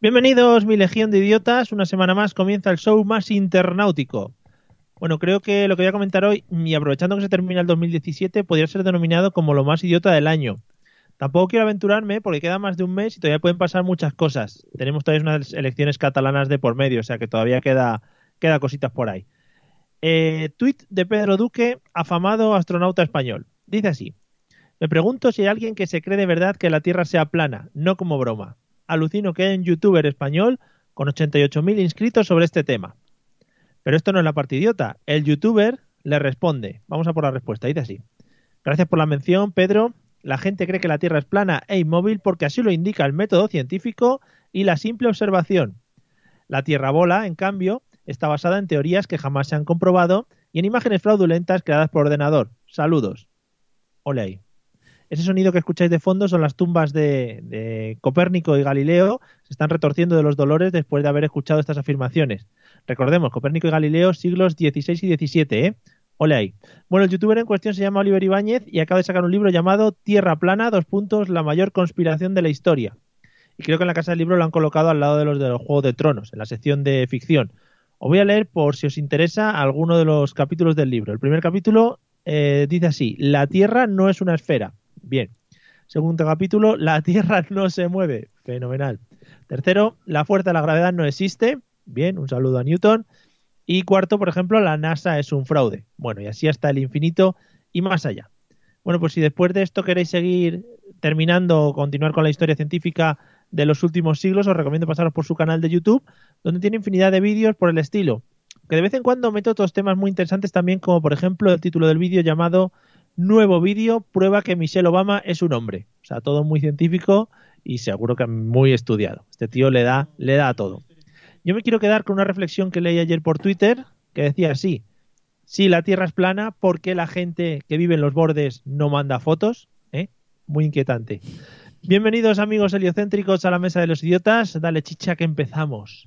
Bienvenidos, mi legión de idiotas. Una semana más comienza el show más internautico. Bueno, creo que lo que voy a comentar hoy, y aprovechando que se termina el 2017, podría ser denominado como lo más idiota del año. Tampoco quiero aventurarme porque queda más de un mes y todavía pueden pasar muchas cosas. Tenemos todavía unas elecciones catalanas de por medio, o sea que todavía queda, queda cositas por ahí. Eh, tweet de Pedro Duque, afamado astronauta español. Dice así: Me pregunto si hay alguien que se cree de verdad que la Tierra sea plana, no como broma. Alucino que hay un youtuber español con 88.000 inscritos sobre este tema. Pero esto no es la parte idiota. El youtuber le responde. Vamos a por la respuesta. Dice así: Gracias por la mención, Pedro. La gente cree que la Tierra es plana e inmóvil porque así lo indica el método científico y la simple observación. La Tierra bola, en cambio, está basada en teorías que jamás se han comprobado y en imágenes fraudulentas creadas por ordenador. Saludos. Ole ahí. Ese sonido que escucháis de fondo son las tumbas de, de, Copérnico y Galileo. Se están retorciendo de los dolores después de haber escuchado estas afirmaciones. Recordemos, Copérnico y Galileo, siglos XVI y XVII, ¿eh? Ole ahí. Bueno, el youtuber en cuestión se llama Oliver Ibáñez y acaba de sacar un libro llamado Tierra plana, dos puntos, la mayor conspiración de la historia. Y creo que en la casa del libro lo han colocado al lado de los de los Juegos de Tronos, en la sección de ficción. Os voy a leer por si os interesa alguno de los capítulos del libro. El primer capítulo eh, dice así, la Tierra no es una esfera. Bien. Segundo capítulo, la Tierra no se mueve. Fenomenal. Tercero, la fuerza de la gravedad no existe. Bien, un saludo a Newton. Y cuarto, por ejemplo, la NASA es un fraude. Bueno, y así hasta el infinito y más allá. Bueno, pues si después de esto queréis seguir terminando o continuar con la historia científica de los últimos siglos, os recomiendo pasaros por su canal de YouTube, donde tiene infinidad de vídeos por el estilo. Que de vez en cuando meto otros temas muy interesantes también, como por ejemplo el título del vídeo llamado Nuevo vídeo, prueba que Michelle Obama es un hombre. O sea, todo muy científico y seguro que muy estudiado. Este tío le da, le da a todo. Yo me quiero quedar con una reflexión que leí ayer por Twitter, que decía así. Si la Tierra es plana, ¿por qué la gente que vive en los bordes no manda fotos? ¿Eh? Muy inquietante. Bienvenidos amigos heliocéntricos a la mesa de los idiotas. Dale chicha que empezamos.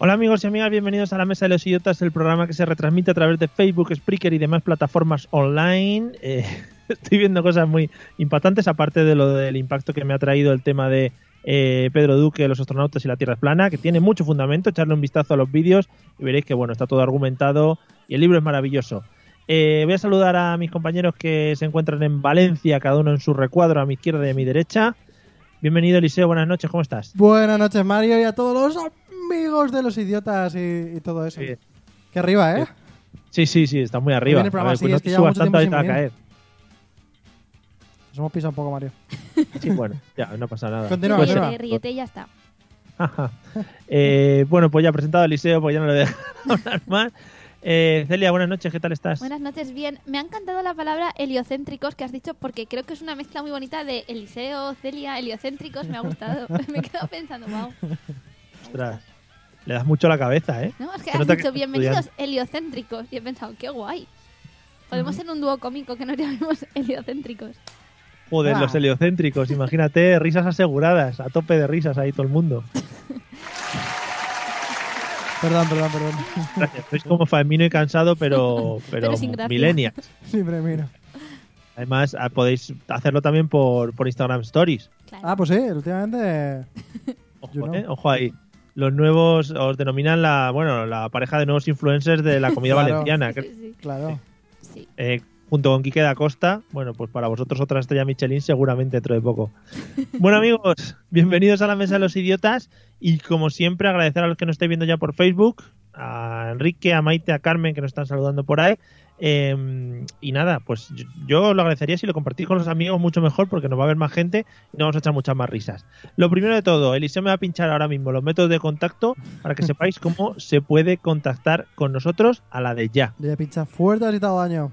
Hola amigos y amigas, bienvenidos a la Mesa de los Idiotas, el programa que se retransmite a través de Facebook, Spreaker y demás plataformas online. Eh, estoy viendo cosas muy impactantes, aparte de lo del impacto que me ha traído el tema de eh, Pedro Duque, los astronautas y la Tierra es plana, que tiene mucho fundamento. Echarle un vistazo a los vídeos y veréis que bueno, está todo argumentado y el libro es maravilloso. Eh, voy a saludar a mis compañeros que se encuentran en Valencia, cada uno en su recuadro, a mi izquierda y a mi derecha. Bienvenido Eliseo, buenas noches, ¿cómo estás? Buenas noches Mario y a todos los amigos de los idiotas y, y todo eso. Sí. Que arriba, ¿eh? Sí, sí, sí, está muy arriba. Viene el programa, a ver, sí, pues no es que te lleva subas mucho tanto, ahí te tiempo va a sin caer. Nos hemos pisado un poco, Mario. Sí, bueno, ya, no pasa nada. Continúa, Pues, continúa. ríete, ríete y ya está. Ajá. Eh, bueno, pues ya presentado el liceo, pues ya no le dejo hablar más. Eh, Celia, buenas noches, ¿qué tal estás? Buenas noches, bien. Me ha encantado la palabra heliocéntricos que has dicho porque creo que es una mezcla muy bonita de Eliseo, Celia, heliocéntricos. Me ha gustado. Me he quedado pensando, wow. Ostras, le das mucho a la cabeza, ¿eh? No, es Se que has nota que dicho estás bienvenidos heliocéntricos. Y he pensado, qué guay. Podemos ser un dúo cómico que nos llamemos heliocéntricos. Joder, Ah. los heliocéntricos, imagínate, risas aseguradas, a tope de risas ahí todo el mundo. Perdón, perdón, perdón. Gracias, sois como famino y cansado, pero, pero, Pero sin gracia. millennials. Siempre mira. Además, ah, podéis hacerlo también por, por Instagram Stories. Claro. Ah, pues sí, últimamente. Ojo, You know. ¿eh? Ojo ahí. los nuevos, os denominan la, bueno, la pareja de nuevos influencers de la comida Claro. valenciana, que- Sí, sí, Claro. sí. eh, junto con Quique da Costa. Bueno, pues para vosotros otra estrella Michelin seguramente dentro de poco. Bueno amigos, bienvenidos a la Mesa de los Idiotas y como siempre agradecer a los que nos estáis viendo ya por Facebook, a Enrique, a Maite, a Carmen que nos están saludando por ahí. Eh, y nada, pues yo, yo lo agradecería si lo compartís con los amigos mucho mejor porque nos va a ver más gente y nos vamos a echar muchas más risas. Lo primero de todo, Eliseo me va a pinchar ahora mismo los métodos de contacto para que sepáis cómo se puede contactar con nosotros a la de ya. Le pincha fuerte, has quitado daño.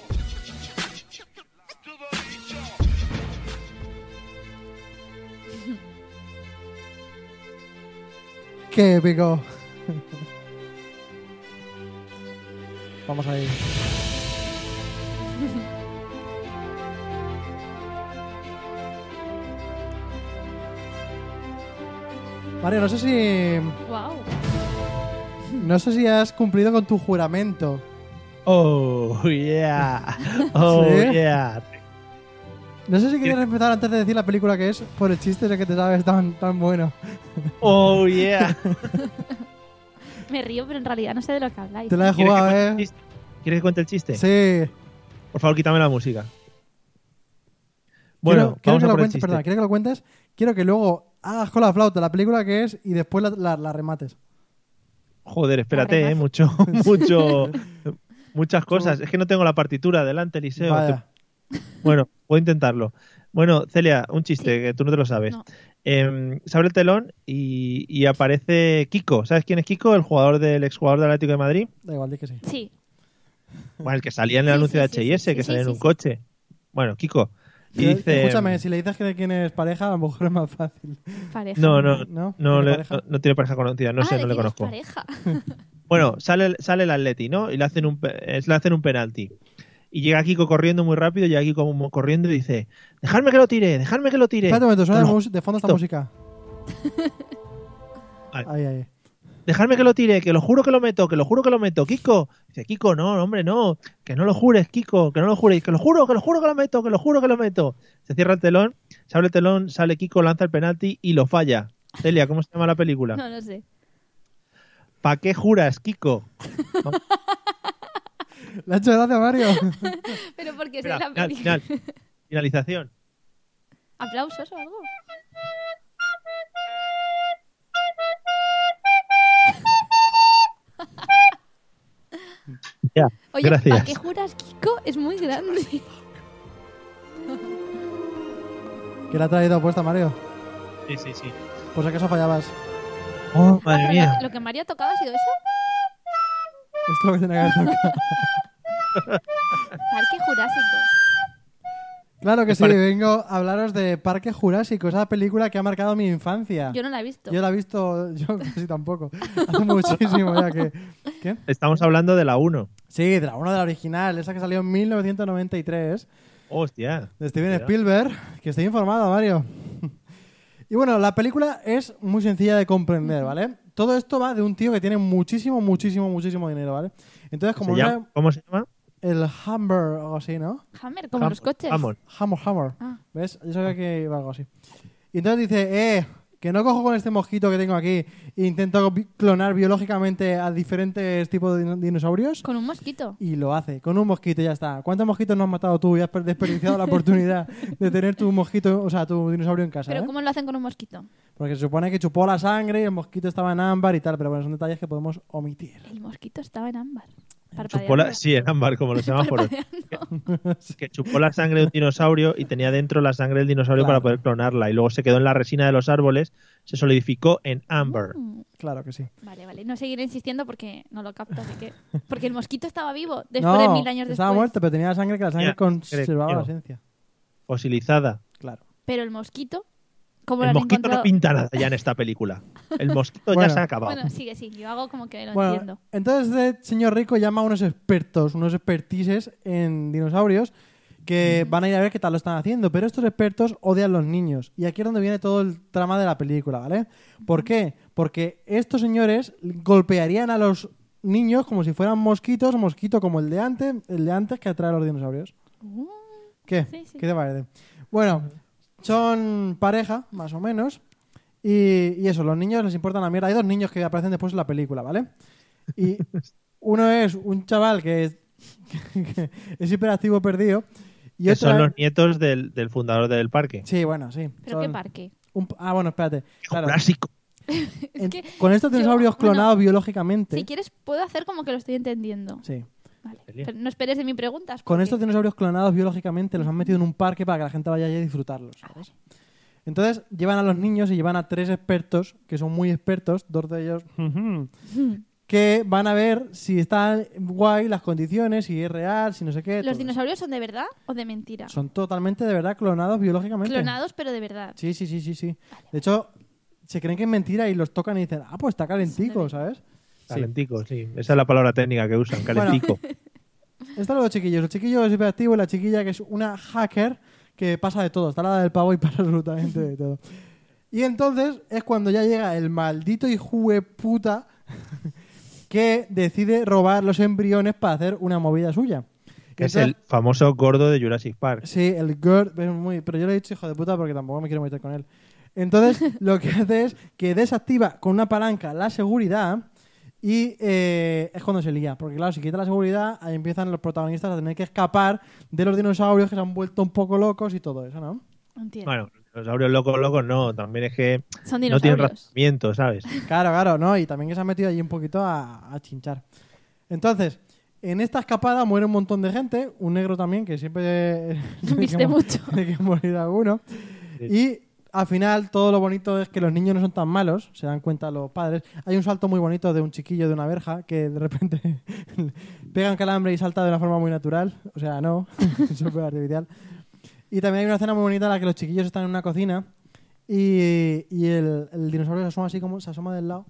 Qué épico. Vamos ahí. Mario, no sé si Guau. no sé si has cumplido con tu juramento. Oh, yeah. Oh, ¿Sí? yeah. No sé si quieres empezar antes de decir la película que es por el chiste ese que te sabes tan tan bueno. Oh, yeah. Me río, pero en realidad no sé de lo que habláis. Te la he ¿Quieres que jugado, cuente el eh. chiste? ¿Quieres que cuente el chiste? Sí. Por favor, quítame la música. Bueno, quiero, quiero vamos que a lo por el cuentes, chiste. perdona, quiero que lo cuentes. Quiero que luego hagas con la flauta la película que es y después la, la- la remates. Joder, espérate, Arremazo. eh, mucho, mucho, muchas cosas. Es que no tengo la partitura delante, Eliseo. Vaya. Te- Bueno, voy a intentarlo. Bueno, Celia, un chiste que tú no te lo sabes. No. Em, se abre el telón y, y aparece Kiko. ¿Sabes quién es Kiko? El jugador del exjugador del Atlético de Madrid. Da igual, di que sí. Sí, Bueno, el que salía en el Sí, anuncio sí, sí, de H&S, sí, que sí, salía en sí, un sí. coche. Bueno, Kiko. Y Yo- dice, mm, Escúchame, si le dices que de quién es pareja, a lo mejor es más fácil. pareja. No, no, ¿No? no, ¿Tiene le- pareja? no- no tiene pareja conocida, no Ah, sé, ¿de no le quién es conozco. pareja? Bueno, sale, sale el Atleti, ¿no? Y le hacen, un, pe- eh, le hacen un penalti. Y llega Kiko corriendo muy rápido, llega Kiko como corriendo y dice, dejadme que lo tire, dejadme que lo tire. Espérate un momento, suena de, No, mus- de fondo esta Listo. música. Vale. Ahí, ahí. dejadme que lo tire, que lo juro que lo meto, que lo juro que lo meto, Kiko. Dice, Kiko, no, hombre, no, que no lo jures, Kiko, que no lo jures, que lo juro, que lo juro que lo meto, que lo juro que lo meto. Se cierra el telón, se abre el telón, sale Kiko, lanza el penalti y lo falla. Celia, ¿cómo se llama la película? No, no sé. ¿Para qué juras, Kiko? Le ha hecho gracia Mario. Pero porque Espera, soy final, la película. final. Finalización. ¿Aplausos o algo? Ya, Oye, ¿para gracias. qué juras, Kiko? Es muy grande. que le ha traído apuesta Mario. Sí, sí, sí. Por si acaso fallabas. Oh, Ah, madre pero mía. Lo, lo que Mario ha tocado ha sido eso. Esto es lo que tenía que haber tocado. Parque Jurásico. Claro que Me sí, pare- vengo a hablaros de Parque Jurásico, esa película que ha marcado mi infancia. Yo no la he visto. Yo la he visto, yo casi tampoco. Hace muchísimo ya que. ¿Qué? Estamos hablando de la 1. Sí, de la una de la original, esa que salió en 1993, Hostia. de Steven Mira. Spielberg, que estoy informado, Mario. y bueno, la película es muy sencilla de comprender, ¿vale? Todo esto va de un tío que tiene muchísimo, muchísimo, muchísimo dinero, ¿vale? Entonces, como ¿Se una- llama- ¿Cómo se llama? el Humber o algo así, ¿no? Hammer, como los coches. Vamos. Hammer, Hammer. Ah. ¿Ves? Yo sabía que iba algo así. Y entonces dice, eh, que no cojo con este mosquito que tengo aquí. E intento bi- clonar biológicamente a diferentes tipos de dino- dinosaurios. Con un mosquito. Y lo hace, con un mosquito y ya está. ¿Cuántos mosquitos no has matado tú y has per- desperdiciado la oportunidad de tener tu mosquito, o sea, tu dinosaurio en casa? Pero eh? ¿cómo lo hacen con un mosquito? Porque se supone que chupó la sangre y el mosquito estaba en ámbar y tal, pero bueno, son detalles que podemos omitir. El mosquito estaba en ámbar. Chupó la- Parpadeando. Sí, en ámbar, como los semáforos. Parpadeando. que chupó la sangre de un dinosaurio y tenía dentro la sangre del dinosaurio Claro. para poder clonarla. Y luego se quedó en la resina de los árboles, se solidificó en ámbar. Mm, Claro que sí. Vale, vale. No seguiré insistiendo porque no lo capto. Así que... Porque el mosquito estaba vivo no, después de mil años estaba después. muerto, pero tenía la sangre que la sangre Ya, conservaba creo. la esencia. Fosilizada. Claro. Pero el mosquito ¿Cómo lo El han mosquito no encontrado? pinta nada ya en esta película. El mosquito Bueno. ya se ha acabado. Bueno, sigue, sí, yo hago como que lo Bueno, entiendo. entonces este señor rico llama a unos expertos, unos expertises en dinosaurios que van a ir a ver qué tal lo están haciendo, pero estos expertos odian los niños. Y aquí es donde viene todo el trama de la película, ¿vale? ¿Por qué? Porque estos señores golpearían a los niños como si fueran mosquitos, mosquito como el de antes, el de antes que atrae a los dinosaurios. Uh, ¿Qué? Sí, sí. ¿Qué te parece? Bueno, son pareja, más o menos. Y, y eso, los niños les importan la mierda. Hay dos niños que aparecen después en la película, ¿vale? Y uno es un chaval que es, que es hiperactivo perdido. Y que otro son es- los nietos del, del fundador del parque. Sí, bueno, sí. ¿Pero son qué parque? un- Ah, bueno, espérate. Hijo Claro, clásico. en- que con estos yo- dinosaurios bueno, clonados biológicamente. Si quieres, puedo hacer como que lo estoy entendiendo. Sí. Vale. Pero no esperes de mí preguntas. Con porque- estos dinosaurios clonados biológicamente los han metido en un parque para que la gente vaya allí a disfrutarlos. ¿sabes? Entonces llevan a los niños y llevan a tres expertos, que son muy expertos, dos de ellos, que van a ver si están guay las condiciones, si es real, si no sé qué. todo ¿Los eso. dinosaurios son de verdad o de mentira? Son totalmente de verdad clonados biológicamente. Clonados, pero de verdad. Sí, sí, sí, sí, sí. De hecho, se creen que es mentira y los tocan y dicen, ah, pues está calentico, ¿sabes? Sí. Calentico, sí. Esa es la palabra técnica que usan, calentico. Están los dos chiquillos. El chiquillo es hiperactivo y la chiquilla que es una hacker que pasa de todo. Está la del pavo y pasa absolutamente de todo. Y entonces es cuando ya llega el maldito hijo de puta que decide robar los embriones para hacer una movida suya. que es el Entonces- famoso gordo de Jurassic Park. Sí, el GERD. es muy- Pero yo le he dicho hijo de puta porque tampoco me quiero meter con él. Entonces, lo que hace es que desactiva con una palanca la seguridad y eh, es cuando se lía. Porque, claro, si quita la seguridad, ahí empiezan los protagonistas a tener que escapar de los dinosaurios que se han vuelto un poco locos y todo eso, ¿no? Entiendo. Bueno, los dinosaurios locos, locos no. También es que son no tienen dinosaurios. razonamiento, ¿sabes? Claro, claro, ¿no? Y también que se ha metido allí un poquito a, a chinchar. Entonces, en esta escapada muere un montón de gente, un negro también, que siempre tiene Viste que mo- mucho. tiene que morir alguno. Y al final, todo lo bonito es que los niños no son tan malos, se dan cuenta los padres. Hay un salto muy bonito de un chiquillo de una verja que de repente pega un calambre y salta de una forma muy natural. O sea, no, súper artificial. Y también hay una escena muy bonita en la que los chiquillos están en una cocina y, y el, el dinosaurio se asoma así como se asoma del lado.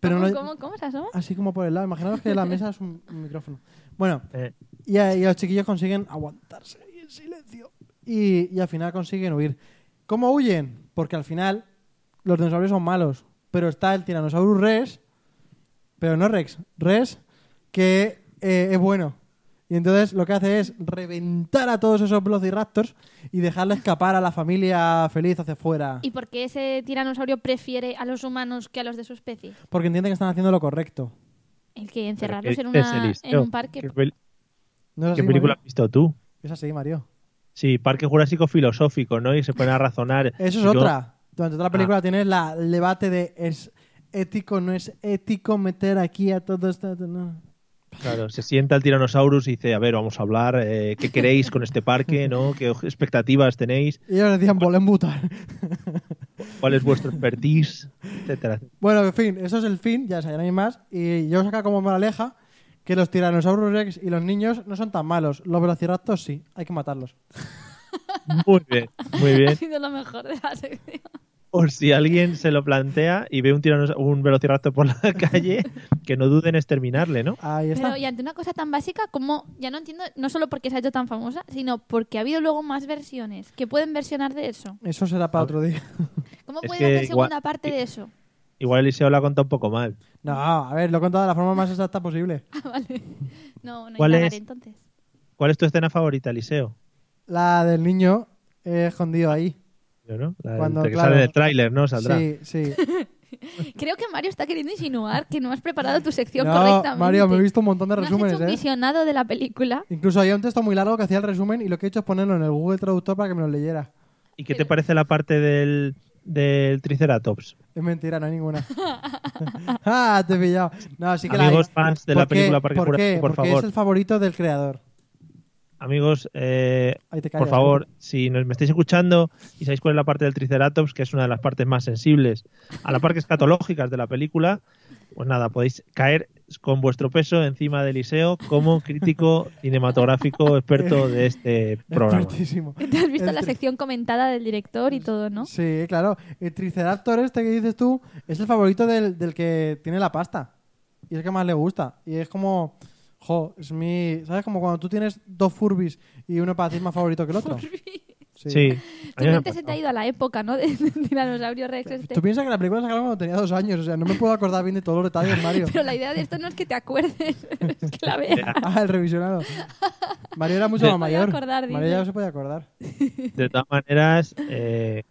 Pero ¿Cómo, no- cómo, cómo se asoma? así como por el lado. Imaginaos que la mesa es un, un micrófono. Bueno, Eh. y, a- y los chiquillos consiguen aguantarse ahí en silencio. Y, y al final consiguen huir. ¿Cómo huyen? Porque al final los dinosaurios son malos. Pero está el Tyrannosaurus Rex, pero no Rex, Rex, que eh, es bueno. Y entonces lo que hace es reventar a todos esos Velociraptors y dejarle escapar a la familia feliz hacia afuera. ¿Y por qué ese tiranosaurio prefiere a los humanos que a los de su especie? Porque entienden que están haciendo lo correcto. El que encerrarlos Pero en, ¿qué es una, Eliseo? en un parque. ¿Qué, pel- ¿No es qué así, película has Mario? visto tú? Es así, Mario. Sí, Parque Jurásico Filosófico, ¿no? Y se ponen a razonar. Eso Y Ah. es luego- otra. Durante toda la película tienes la, el debate de es ético, no es ético meter aquí a todos. ta- ta- no. Claro, se sienta el Tyrannosaurus y dice, a ver, vamos a hablar, eh, ¿qué queréis con este parque, no? ¿Qué expectativas tenéis? Y ellos decían, volen butar. ¿Cuál es vuestro expertise? Etcétera. bueno, en fin, eso es el fin, ya sabéis, no hay más. Y yo saca como moraleja que los tiranosaurus rex y los niños no son tan malos. Los velociraptors sí, hay que matarlos. Muy bien, muy Ha bien. sido lo mejor de la sección. Por si alguien se lo plantea y ve un, tiranos- un velociraptor por la calle, que no duden en exterminarle, ¿no? Ahí está. Pero y ante una cosa tan básica como, ya no entiendo, no solo porque se ha hecho tan famosa, sino porque ha habido luego más versiones que pueden versionar de eso. Eso será Ah. para otro día. ¿Cómo Es pueden que hacer igual- segunda parte de eso? Igual Eliseo lo ha contado un poco mal. No, a ver, lo he contado de la forma más exacta posible. Ah, vale. No, no ¿Cuál indagaré es? entonces. ¿Cuál es tu escena favorita, Eliseo? La del niño eh, escondido ahí. Yo, ¿no? La del- Cuando, que claro. sale del tráiler, ¿no? Saldrá. Sí, sí. Creo que Mario está queriendo insinuar que no has preparado tu sección No, correctamente. Mario, me he visto un montón de No has resúmenes, hecho un ¿eh? visionado de la película. Incluso había un texto muy largo que hacía el resumen y lo que he hecho es ponerlo en el Google Traductor para que me lo leyera. ¿Y qué te parece la parte del, del Triceratops? Es mentira, no hay ninguna. ¡Ah, te he pillado! No, sí que la Amigos hay. fans de ¿Por la qué? película Parque ¿Por qué? Jurásico, por Porque favor. es el favorito del creador. Amigos, eh, Ahí te por callas, favor, si nos, me estáis escuchando y sabéis cuál es la parte del Triceratops, que es una de las partes más sensibles a la parte escatológicas de la película, Pues nada, podéis caer con vuestro peso encima de Eliseo como crítico cinematográfico experto de este programa. Expertísimo. Te has visto El la tri- sección comentada del director y todo, ¿no? Sí, claro. El Triceraptor este que dices tú es el favorito del, del que tiene la pasta. Y es el que más le gusta. Y es como... Jo, es mi... ¿Sabes? Como cuando tú tienes dos Furbis y uno para ti es más favorito que el otro. Sí. A Tu mí me ha mente se te ha pasado. ido a la época, ¿no? De de Tiranosaurio Rex. este. Tú piensas que la película sacaron cuando tenía dos años. O sea, no me puedo acordar bien de todos los detalles, Mario. Pero la idea de esto no es que te acuerdes, es que la veas. Ah, el revisionado. Mario era mucho Se más podía mayor. acordar, Mario dice. ya no se podía acordar. De todas maneras, eh,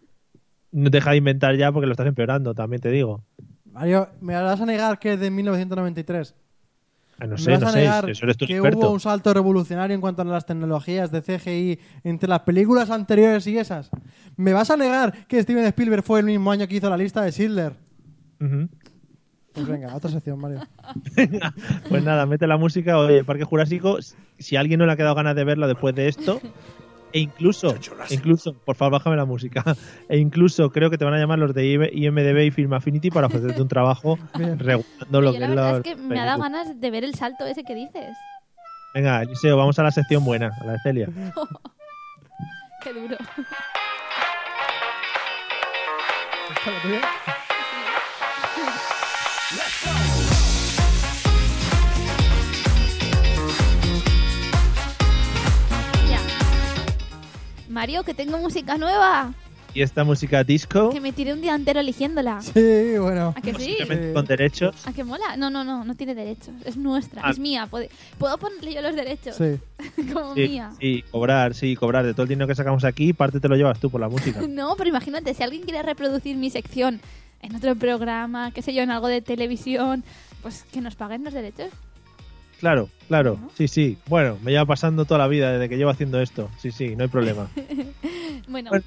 no deja de inventar ya porque lo estás empeorando, también te digo. Mario, ¿me vas a negar que es de 1993? Ah, No ¿Me sé, vas no a sé, negar eso eres tu que experto. hubo un salto revolucionario en cuanto a las tecnologías de CGI entre las películas anteriores y esas? ¿Me vas a negar que Steven Spielberg fue el mismo año que hizo la lista de Schindler? Ujú. Pues venga, otra sección, Mario. Pues nada, mete la música, oye, Parque Jurásico, si a alguien no le ha quedado ganas de verla después de esto, e incluso, incluso, por favor, bájame la música, e incluso creo que te van a llamar los de IM- IMDB y Film Affinity para ofrecerte un trabajo Bien. regulando lo que Yo la es la... verdad es que me ha dado ganas de ver el salto ese que dices. Venga, Eliseo, vamos a la sección buena, a la de Celia. Qué duro. ¿Está la tuya? Ya. Mario, que tengo música nueva. Y esta música disco, Que me tiré un día entero eligiéndola. Sí, bueno. ¿A que sí? posiblemente Sí. con derechos, ¿A que mola? No, no, no, no tiene derechos. Es nuestra, Ah. es mía. Puede- Puedo ponerle yo los derechos Eh, Sí. como sí, mía. sí, cobrar, sí, cobrar de todo el dinero que sacamos aquí, parte te lo llevas tú por la música. No, pero imagínate, si alguien quiere reproducir mi sección en otro programa, qué sé yo, en algo de televisión, pues que nos paguen los derechos. Claro, claro, ¿No? sí, sí. Bueno, me lleva pasando toda la vida desde que llevo haciendo esto. Sí, sí, no hay problema. Bueno, Bueno.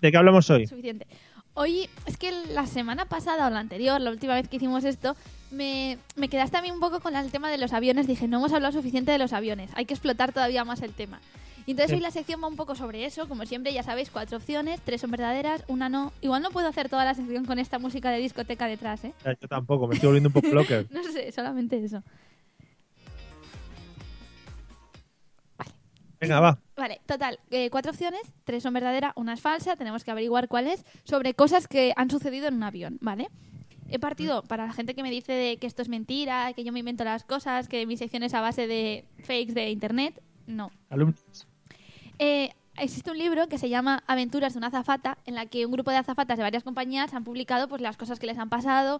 ¿De qué hablamos hoy? suficiente. Hoy, es que la semana pasada o la anterior, la última vez que hicimos esto, me, me quedaste a mí un poco con el tema de los aviones. Dije, no hemos hablado suficiente de los aviones, hay que explotar todavía más el tema. Y entonces Sí. hoy la sección va un poco sobre eso, como siempre, ya sabéis, cuatro opciones, tres son verdaderas, una no. Igual no puedo hacer toda la sección con esta música de discoteca detrás, ¿eh? Ya, Yo tampoco, me estoy volviendo un poco locker. No sé, solamente eso. Venga, va. Vale, total, eh, cuatro opciones, tres son verdaderas, una es falsa, tenemos que averiguar cuál es, sobre cosas que han sucedido en un avión, ¿vale? He partido para la gente que me dice de que esto es mentira, que yo me invento las cosas, que mi sección es a base de fakes de internet, no. Alumnos. Eh, existe un libro que se llama Aventuras de una azafata, en la que un grupo de azafatas de varias compañías han publicado pues, las cosas que les han pasado.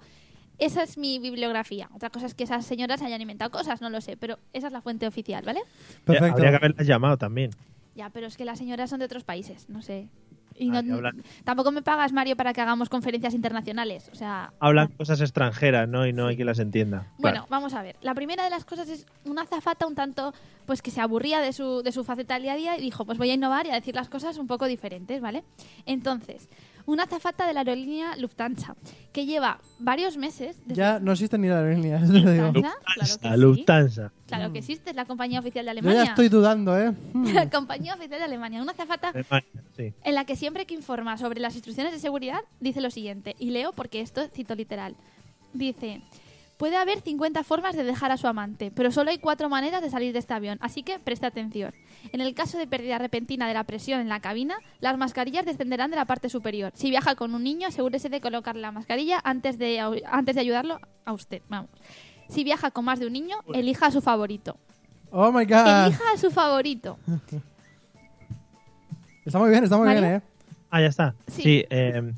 Esa es mi bibliografía. Otra cosa es que esas señoras hayan inventado cosas, no lo sé, pero esa es la fuente oficial, ¿vale? Ya, Perfecto. Habría que haberlas llamado también. Ya, pero es que las señoras son de otros países, no sé. Ah, Y no- y hablan- tampoco me pagas, Mario, para que hagamos conferencias internacionales. O sea, Hablan cosas extranjeras, ¿no? Y no hay quien las entienda. Ah. bueno, Vale. vamos a ver. La primera de las cosas es una azafata un tanto, pues que se aburría de su, de su faceta al día a día y dijo, pues voy a innovar y a decir las cosas un poco diferentes, ¿vale? Entonces, una azafata de la aerolínea Lufthansa, que lleva varios meses... desde- Ya no existe ni la aerolínea. ya te lo digo. Lufthansa, Lufthansa, claro que sí. Lufthansa. Claro que existe, es la compañía oficial de Yo ya Alemania. estoy dudando, ¿eh? Hmm. La compañía oficial de Alemania. Una azafata Alemania, Eh, sí. en la que siempre que informa sobre las instrucciones de seguridad dice lo siguiente, y leo porque esto cito literal. Dice, puede haber 50 formas de dejar a su amante, pero solo hay cuatro maneras de salir de este avión, así que presta atención. En el caso de pérdida repentina de la presión en la cabina, las mascarillas descenderán de la parte superior. Si viaja con un niño, asegúrese de colocar la mascarilla antes de, au- antes de ayudarlo a usted. Vamos. Si viaja con más de un niño, elija a su favorito. Oh Ah. my god. Elija a su favorito. Está muy bien, está muy Mario. bien, ¿eh? Ah, ya está. Sí. Sí, eh,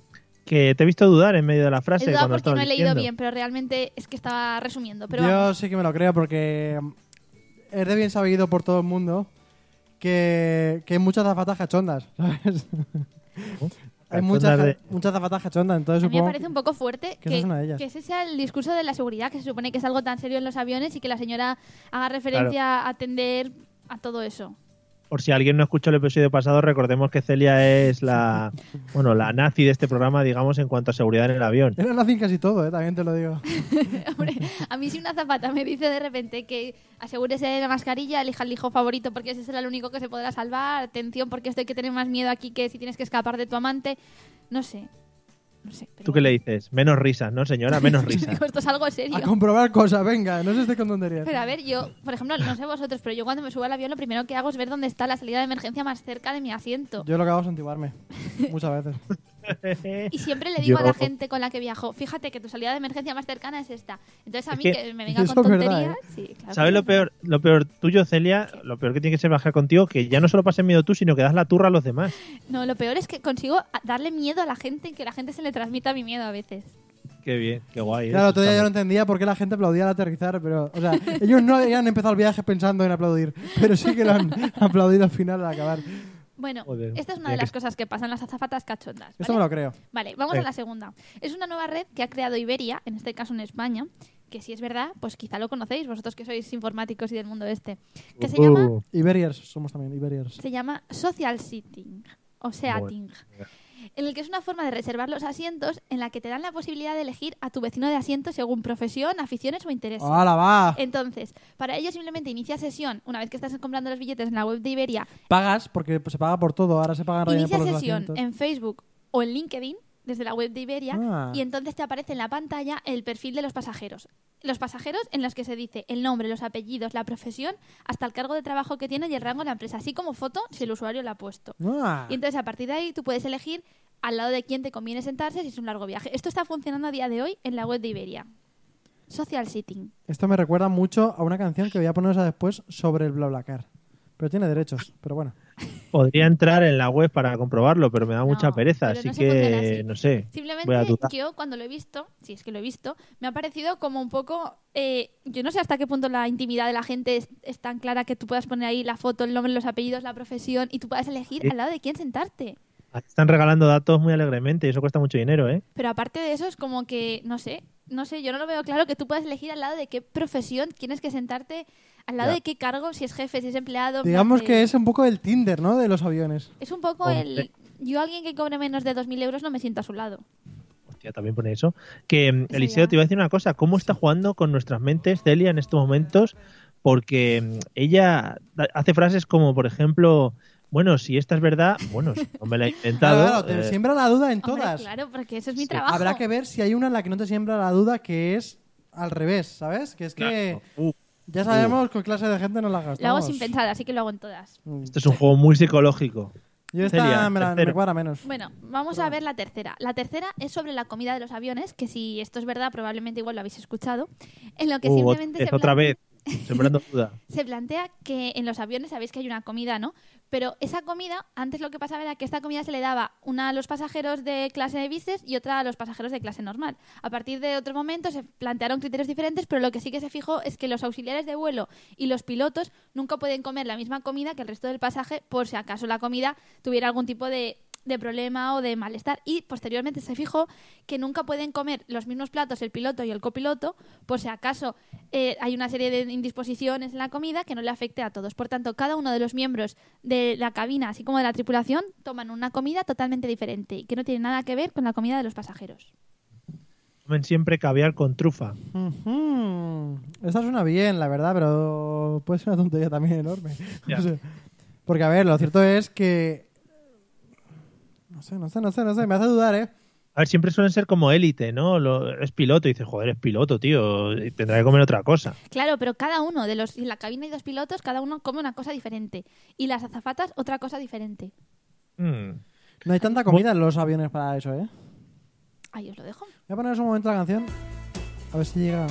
que te he visto dudar en medio de la frase. He dudado cuando porque estaba no he leído diciendo. bien, pero realmente es que estaba resumiendo. Pero Yo vamos. sí que me lo creo porque mm, es de bien sabido por todo el mundo que, que hay muchas zafatas cachondas, ¿sabes? hay muchas, Cachondas muchas zafatas cachondas, entonces A mí me supongo... parece un poco fuerte que esa que, es una de ellas. que ese sea el discurso de la seguridad, que se supone que es algo tan serio en los aviones y que la señora haga referencia a atender a todo eso. Por si alguien no escuchó el episodio pasado, recordemos que Celia es la, bueno, la nazi de este programa, digamos, en cuanto a seguridad en el avión. Era nazi en casi todo, ¿eh? también te lo digo. Hombre, a mí si una zapata me dice de repente que asegúrese de la mascarilla, elija el hijo favorito porque ese será el único que se podrá salvar, atención porque esto hay que tener más miedo aquí que si tienes que escapar de tu amante, no sé. No sé. pero ¿Tú qué le dices? Menos risas, ¿no, señora? Menos bueno. risas. Digo, esto es algo A serio. comprobar cosas, venga, no se esté con tonterías. Pero a ver, yo, por ejemplo, no sé vosotros, pero yo cuando me subo al avión lo primero que hago es ver dónde está la salida de emergencia más cerca de mi asiento. Yo lo que hago es antiguarme. Muchas veces. Y siempre le digo Yo- a la gente con la que viajo, fíjate que tu salida de emergencia más cercana es esta. Entonces a Es mí que- que, me venga eso con es verdad, tonterías. sí, claro. ¿Sabes lo peor, lo peor tuyo, Celia? Lo peor que tiene que ser bajar contigo, que ya no solo pases miedo tú, sino que das la turra a los demás. No, lo peor es que consigo a- darle miedo a la gente y que la gente se le transmita mi miedo a veces. Qué bien, qué guay. Claro, eso todavía yo está no muy- entendía por qué la gente aplaudía al aterrizar, pero, o sea, ellos no habían empezado el viaje pensando en aplaudir, pero sí que lo han aplaudido al final al acabar. Bueno, Joder, esta es mira una de que las es- cosas que pasan las azafatas cachondas. Esto ¿vale? me lo creo. Vale, vamos Eh. a la segunda. Es una nueva red que ha creado Iberia, en este caso en España, que si es verdad, pues quizá lo conocéis, vosotros que sois informáticos y del mundo este, que se llama Uh, Iberiers, somos también Iberiers. se llama Social Seating o Seating, en el que es una forma de reservar los asientos en la que te dan la posibilidad de elegir a tu vecino de asiento según profesión, aficiones o intereses. ¡Hala, va! Entonces, para ello simplemente inicia sesión una vez que estás comprando los billetes en la web de Iberia. Pagas, porque pues, se paga por todo, ahora se paga en realidad Inicia por los sesión em, asientos. en Facebook o en LinkedIn desde la web de Iberia Ah. y entonces te aparece en la pantalla el perfil de los pasajeros. Los pasajeros en los que se dice el nombre, los apellidos, la profesión, hasta el cargo de trabajo que tienen y el rango de la empresa, así como foto si el usuario la ha puesto. Ah. Y entonces a partir de ahí tú puedes elegir al lado de quién te conviene sentarse si es un largo viaje. Esto está funcionando a día de hoy en la web de Iberia. Social Sitting. Esto me recuerda mucho a una canción que voy a poneros a después sobre el BlaBlaCar. Pero tiene derechos, pero bueno. Podría entrar en la web para comprobarlo, pero me da mucha No, pereza, pero así no se funciona que así. no sé. Simplemente Voy a dudar. yo cuando lo he visto, si es que lo he visto, me ha parecido como un poco... eh, yo no sé hasta qué punto la intimidad de la gente es, es tan clara que tú puedas poner ahí la foto, el nombre, los apellidos, la profesión y tú puedas elegir Sí. al lado de quién sentarte. Ahí Están regalando datos muy alegremente y eso cuesta mucho dinero, ¿eh? Pero aparte de eso es como que, no sé, no sé, yo no lo veo claro que tú puedas elegir al lado de qué profesión tienes que sentarte, al lado Ya. de qué cargo, si es jefe, si es empleado. Digamos no sé. que es un poco el Tinder, ¿no? De los aviones. Es un poco Hombre. el... Yo alguien que cobre menos de 2.000 euros no me siento a su lado. Hostia, también pone eso. Que mm, Eso Eliseo ya. te iba a decir una cosa. ¿Cómo está jugando con nuestras mentes Celia en estos momentos? Porque mm, ella da- hace frases como, por ejemplo, bueno, si esta es verdad, bueno, si no me la he inventado. Claro, te eh, siembra la duda en Hombre, todas. claro, porque eso es mi Sí. trabajo. Habrá que ver si hay una en la que no te siembra la duda, que es al revés, ¿sabes? Que es que uh, ya sabemos con clase de gente no la gastamos. Lo hago sin pensar, así que lo hago en todas. Mm. esto Este es un juego muy psicológico. Yo esta Celia, me, la, me tercero. cuadra menos. Bueno, vamos a ver la tercera. La tercera es sobre la comida de los aviones, que si esto es verdad, probablemente igual lo habéis escuchado. En lo que Uh, simplemente es se otra plantea- vez, sembrando duda. se plantea que en los aviones sabéis que hay una comida, ¿no? Pero esa comida, antes lo que pasaba era que esta comida se le daba una a los pasajeros de clase de business y otra a los pasajeros de clase normal. A partir de otro momento se plantearon criterios diferentes, pero lo que sí que se fijó es que los auxiliares de vuelo y los pilotos nunca pueden comer la misma comida que el resto del pasaje por si acaso la comida tuviera algún tipo de de problema o de malestar y posteriormente se fijó que nunca pueden comer los mismos platos el piloto y el copiloto por si acaso eh, hay una serie de indisposiciones en la comida que no le afecte a todos. Por tanto, cada uno de los miembros de la cabina, así como de la tripulación, toman una comida totalmente diferente y que no tiene nada que ver con la comida de los pasajeros. Comen siempre caviar con trufa. Ujú. Esta suena bien, la verdad, pero puede ser una tontería también enorme. Ya. No sé. Porque, a ver, lo cierto es que. No sé, no sé, no sé, no sé, me hace dudar, ¿eh? A ver, siempre suelen ser como élite, ¿no? Lo- es piloto y dices, joder, es piloto, tío, y tendrá que comer otra cosa. Claro, pero cada uno de los en la cabina hay dos pilotos, cada uno come una cosa diferente y las azafatas otra cosa diferente. Mm. No hay tanta comida en los aviones para eso, ¿eh? Ahí os lo dejo. Voy a poneros un momento la canción, a ver si llega.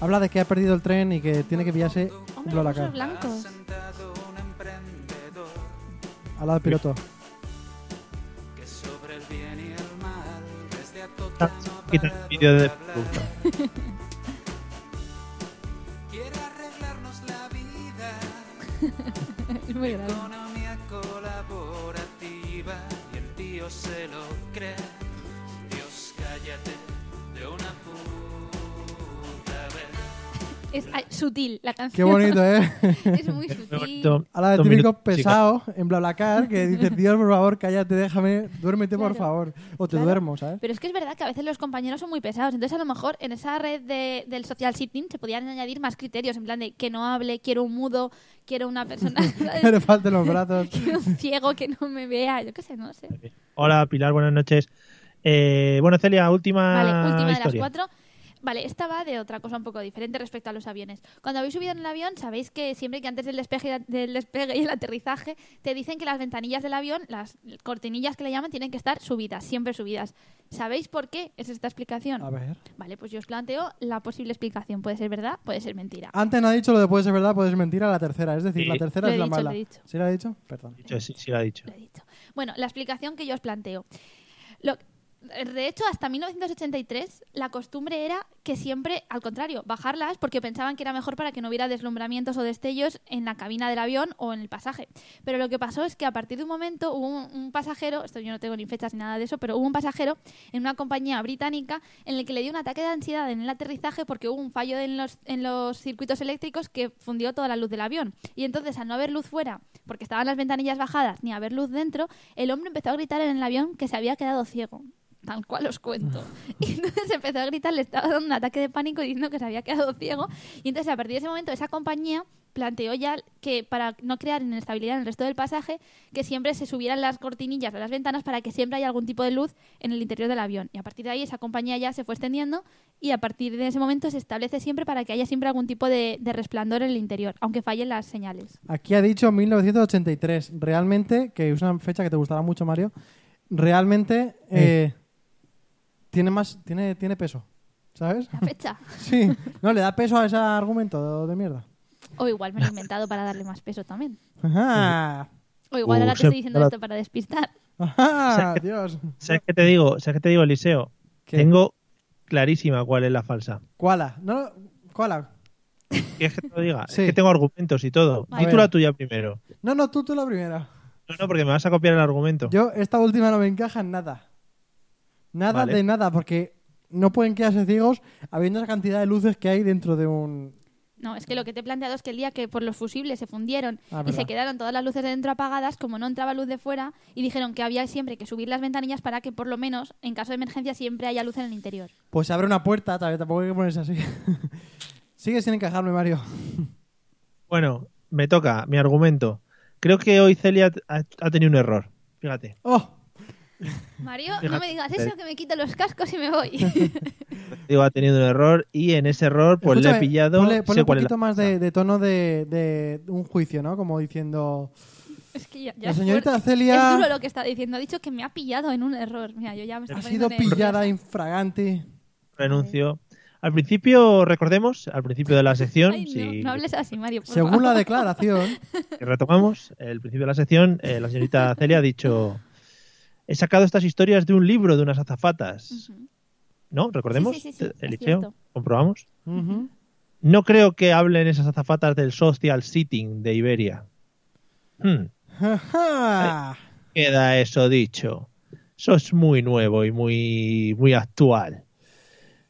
Habla de que ha perdido el tren y que tiene que pillarse un Hombre, los Blablacar. huesos blancos. Al lado del piloto. Ta- Quita el vídeo de Trufa. Es muy grave. economía colaborativa y el tío se lo cree. Dios, cállate de una puta vez. Es ay, sutil la Qué canción. bonito, ¿eh? es muy Muy sutil. bonito. Habla del Dos típico minutos, pesado en Blablacar que dice, Dios, por favor, cállate, déjame, duérmete, por Claro. favor. O te Claro. duermo, ¿sabes? Pero es que es verdad que a veces los compañeros son muy pesados. Entonces, a lo mejor en esa red de- del social sitting se podían añadir más criterios. En plan de que no hable, quiero un mudo, quiero una persona. Le faltan los brazos. quiero un ciego que no me vea. Yo qué sé, no sé. chicas. Hola, Pilar, buenas noches. Eh, bueno, Celia, última, Vale, última de Ah, historia. las cuatro. Vale, esta va de otra cosa un poco diferente respecto a los aviones. Cuando habéis subido en el avión, sabéis que siempre que antes del despegue, del despegue y el aterrizaje, te dicen que las ventanillas del avión, las cortinillas que le llaman, tienen que estar subidas, siempre subidas. ¿Sabéis por qué es esta explicación? A ver. Vale, pues yo os planteo la posible explicación. Puede ser verdad, puede ser mentira. Antes no ha dicho lo de puede ser verdad, puede ser mentira, la tercera. Es decir, Sí. la tercera Lo he es la dicho, mala. lo he dicho. ¿Sí la ha dicho? Perdón. Dicho, Sí, sí, lo ha dicho. Lo he dicho. Bueno, la explicación que yo os planteo. Lo- de hecho, hasta 1983 la costumbre era que siempre, al contrario, bajarlas porque pensaban que era mejor para que no hubiera deslumbramientos o destellos en la cabina del avión o en el pasaje. Pero lo que pasó es que a partir de un momento hubo un, un pasajero, esto yo no tengo ni fechas ni nada de eso, pero hubo un pasajero en una compañía británica en el que le dio un ataque de ansiedad en el aterrizaje porque hubo un fallo en los, en los circuitos eléctricos que fundió toda la luz del avión. Y entonces, al no haber luz fuera, porque estaban las ventanillas bajadas, ni haber luz dentro, el hombre empezó a gritar en el avión que se había quedado ciego. Tal cual os cuento. Y entonces empezó a gritar, le estaba dando un ataque de pánico diciendo que se había quedado ciego. Y entonces, a partir de ese momento, esa compañía planteó ya que para no crear inestabilidad en el resto del pasaje, que siempre se subieran las cortinillas de las ventanas para que siempre haya algún tipo de luz en el interior del avión. Y a partir de ahí esa compañía ya se fue extendiendo y a partir de ese momento se establece siempre para que haya siempre algún tipo de, de resplandor en el interior, aunque fallen las señales. Aquí ha dicho 1983. Realmente, que es una fecha que te gustará mucho, Mario, realmente eh, tiene más tiene, tiene peso. ¿Sabes? La fecha. Sí. No, le da peso a ese argumento de mierda. O igual me lo he inventado para darle más peso también. Ajá. O igual Uh, ahora te se- estoy diciendo ahora- esto para despistar. Ajá, Dios. ¿Sabes qué te digo? ¿Sabes qué te digo, Eliseo? ¿Qué? Tengo clarísima cuál es la falsa. Koala. No, koala. ¿Quieres que te lo diga? Sí. Es que tengo argumentos y todo. A Di tú ver. la tuya primero. No, no, tú, tú la primera. No, no, porque me vas a copiar el argumento. Yo, esta última no me encaja en nada. Nada Vale. de nada, porque no pueden quedarse ciegos habiendo esa cantidad de luces que hay dentro de un. No, es que lo que te he planteado es que el día que por los fusibles se fundieron Ah, y verdad. se quedaron todas las luces de dentro apagadas, como no entraba luz de fuera, y dijeron que había siempre que subir las ventanillas para que por lo menos, en caso de emergencia, siempre haya luz en el interior. Pues se abre una puerta, tal vez tampoco hay que ponerse así. Sigue sin encajarme, Mario. Bueno, me toca mi argumento. Creo que hoy Celia ha, ha tenido un error. Fíjate. ¡Oh! Mario, no Fíjate. me digas eso, que me quito los cascos y me voy. Digo, ha tenido un error y en ese error pues le he Escúchame, pillado. Ponle, sé ponle un cuál es la poquito más de, de tono de, de un juicio, ¿no? Como diciendo. es que ya, ya La es señorita fuerte. Celia- Es duro lo que está diciendo. Ha dicho que me ha pillado en un error. Mira, yo ya me estoy Ha sido poniendo pillada nerviosa. infragante. renuncio. Al principio, recordemos, al principio de la sección, Ay, no, si no hables así, Mario. por Según favor. la declaración. retomamos el principio de la sección, eh, la señorita Celia ha dicho: He sacado estas historias de un libro de unas azafatas. Ujú. ¿No? ¿Recordemos? Sí, sí, sí, sí, es Eliseo, cierto. comprobamos. ujú. No creo que hablen esas azafatas del social sitting de Iberia. Hmm, Eh, Ajá. queda eso dicho. Sos muy nuevo y muy, muy actual.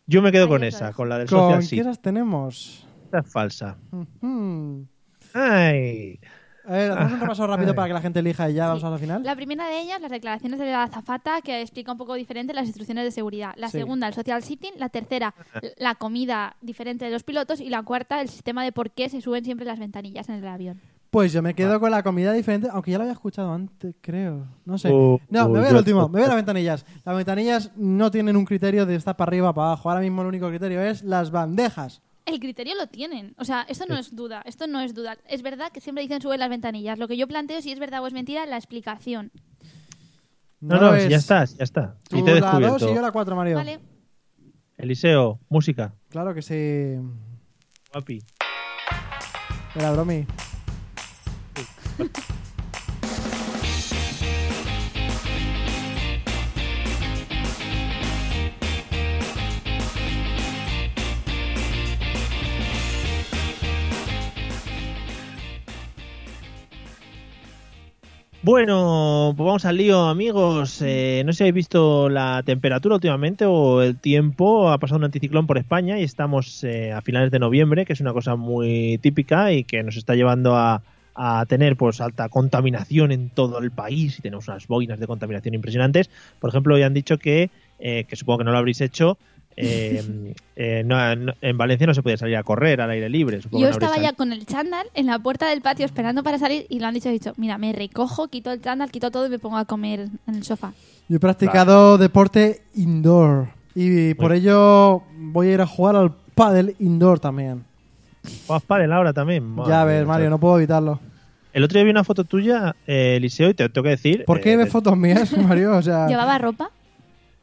Yo me quedo Ay, con otra esa, vez. con la del Con social sitting. quieras tenemos. Esa es falsa. Ujú. Ay. A ver, hacemos un repaso rápido para que la gente elija y ya vamos Sí. a la final. La primera de ellas, las declaraciones de la azafata, que explica un poco diferente las instrucciones de seguridad. La Sí. segunda, el social sitting. La tercera, la comida diferente de los pilotos. Y la cuarta, el sistema de por qué se suben siempre las ventanillas en el avión. Pues yo me Ah. quedo con la comida diferente, aunque ya lo había escuchado antes, creo. No sé. Uh, no, me voy uh, al yo- último, me voy a las ventanillas. Las ventanillas no tienen un criterio de estar para arriba o para abajo. Ahora mismo el único criterio es las bandejas. El criterio lo tienen. O sea, esto no es duda. Esto no es duda. Es verdad que siempre dicen suben las ventanillas. Lo que yo planteo, si es verdad o es mentira, la explicación. No, no, lo si es. ya estás, ya está. Tú Y te he la 2 descubierto. y yo la 4, Mario. ¿Vale? Eliseo, música. Claro que sí. Guapi. Era bromi. Bueno, pues vamos al lío, amigos. Eh, no sé si habéis visto la temperatura últimamente o el tiempo. Ha pasado un anticiclón por España y estamos eh, a finales de noviembre, que es una cosa muy típica y que nos está llevando a, a tener pues alta contaminación en todo el país y tenemos unas boinas de contaminación impresionantes. Por ejemplo, hoy han dicho que, eh, que supongo que no lo habréis hecho, eh, eh, no- no- en Valencia no se podía salir a correr al aire libre. Supongo Yo que no habréis estaba ya salido. con el chándal en la puerta del patio esperando para salir y lo han dicho, he dicho, mira, me recojo, quito el chándal, quito todo y me pongo a comer en el sofá. Yo he practicado deporte indoor y por ello voy a ir a jugar al pádel indoor también. Juegas pádel ahora también. Madre ya mía, ves, Mario, no puedo evitarlo. El otro día vi una foto tuya, eh, Eliseo, y te tengo que decir. ¿Por qué eh, ves fotos mías, Mario? O sea, ¿Llevaba ropa?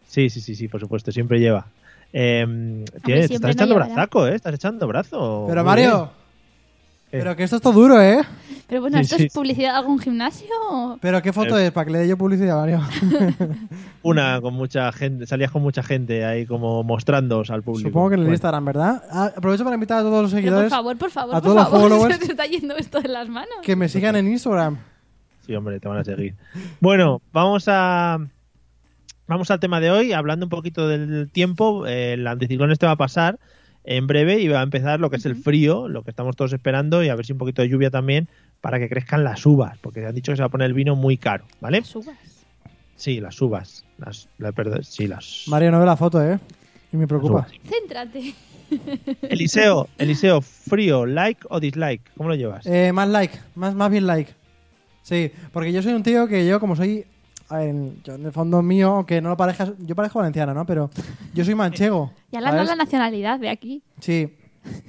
Sí, sí, sí, sí, por supuesto, siempre lleva. Eh, tienes- siempre estás no echando llevará. brazaco, ¿eh? Estás echando brazo. pero Muy bien. Mario, pero que esto es todo duro, ¿eh? Pero bueno, Sí, ¿esto sí, es sí. publicidad de algún gimnasio? o- Pero qué foto Eh. es para que le dé yo publicidad, Mario. Una con mucha gente, salías con mucha gente ahí como mostrándoos al público. Supongo que en el Bueno, Instagram, ¿verdad? Ah, aprovecho para invitar a todos los Pero por seguidores favor, por favor, a por todos los favor, followers. se te está yendo esto de las manos. que me sigan en Instagram. Sí, hombre, te van a seguir. Bueno, vamos a vamos al tema de hoy, hablando un poquito del tiempo. eh, el anticiclón este va a pasar en breve y va a empezar lo que es el frío, lo que estamos todos esperando y a ver si un poquito de lluvia también para que crezcan las uvas, porque han dicho que se va a poner el vino muy caro, ¿vale? Las uvas. Sí, las uvas. Las, la- perdón, sí, las. Mario, no ve la foto, ¿eh? Y me las preocupa. uvas. Céntrate. Eliseo, Eliseo, frío, like o dislike, ¿cómo lo llevas? Eh, más like, más, más bien like. Sí, porque yo soy un tío que yo, como soy. a ver, en- yo en el fondo mío, aunque no lo parezca. Yo parezco valenciano, ¿no? Pero yo soy manchego. Ya le han dado ¿sabes? la nacionalidad de aquí. Sí,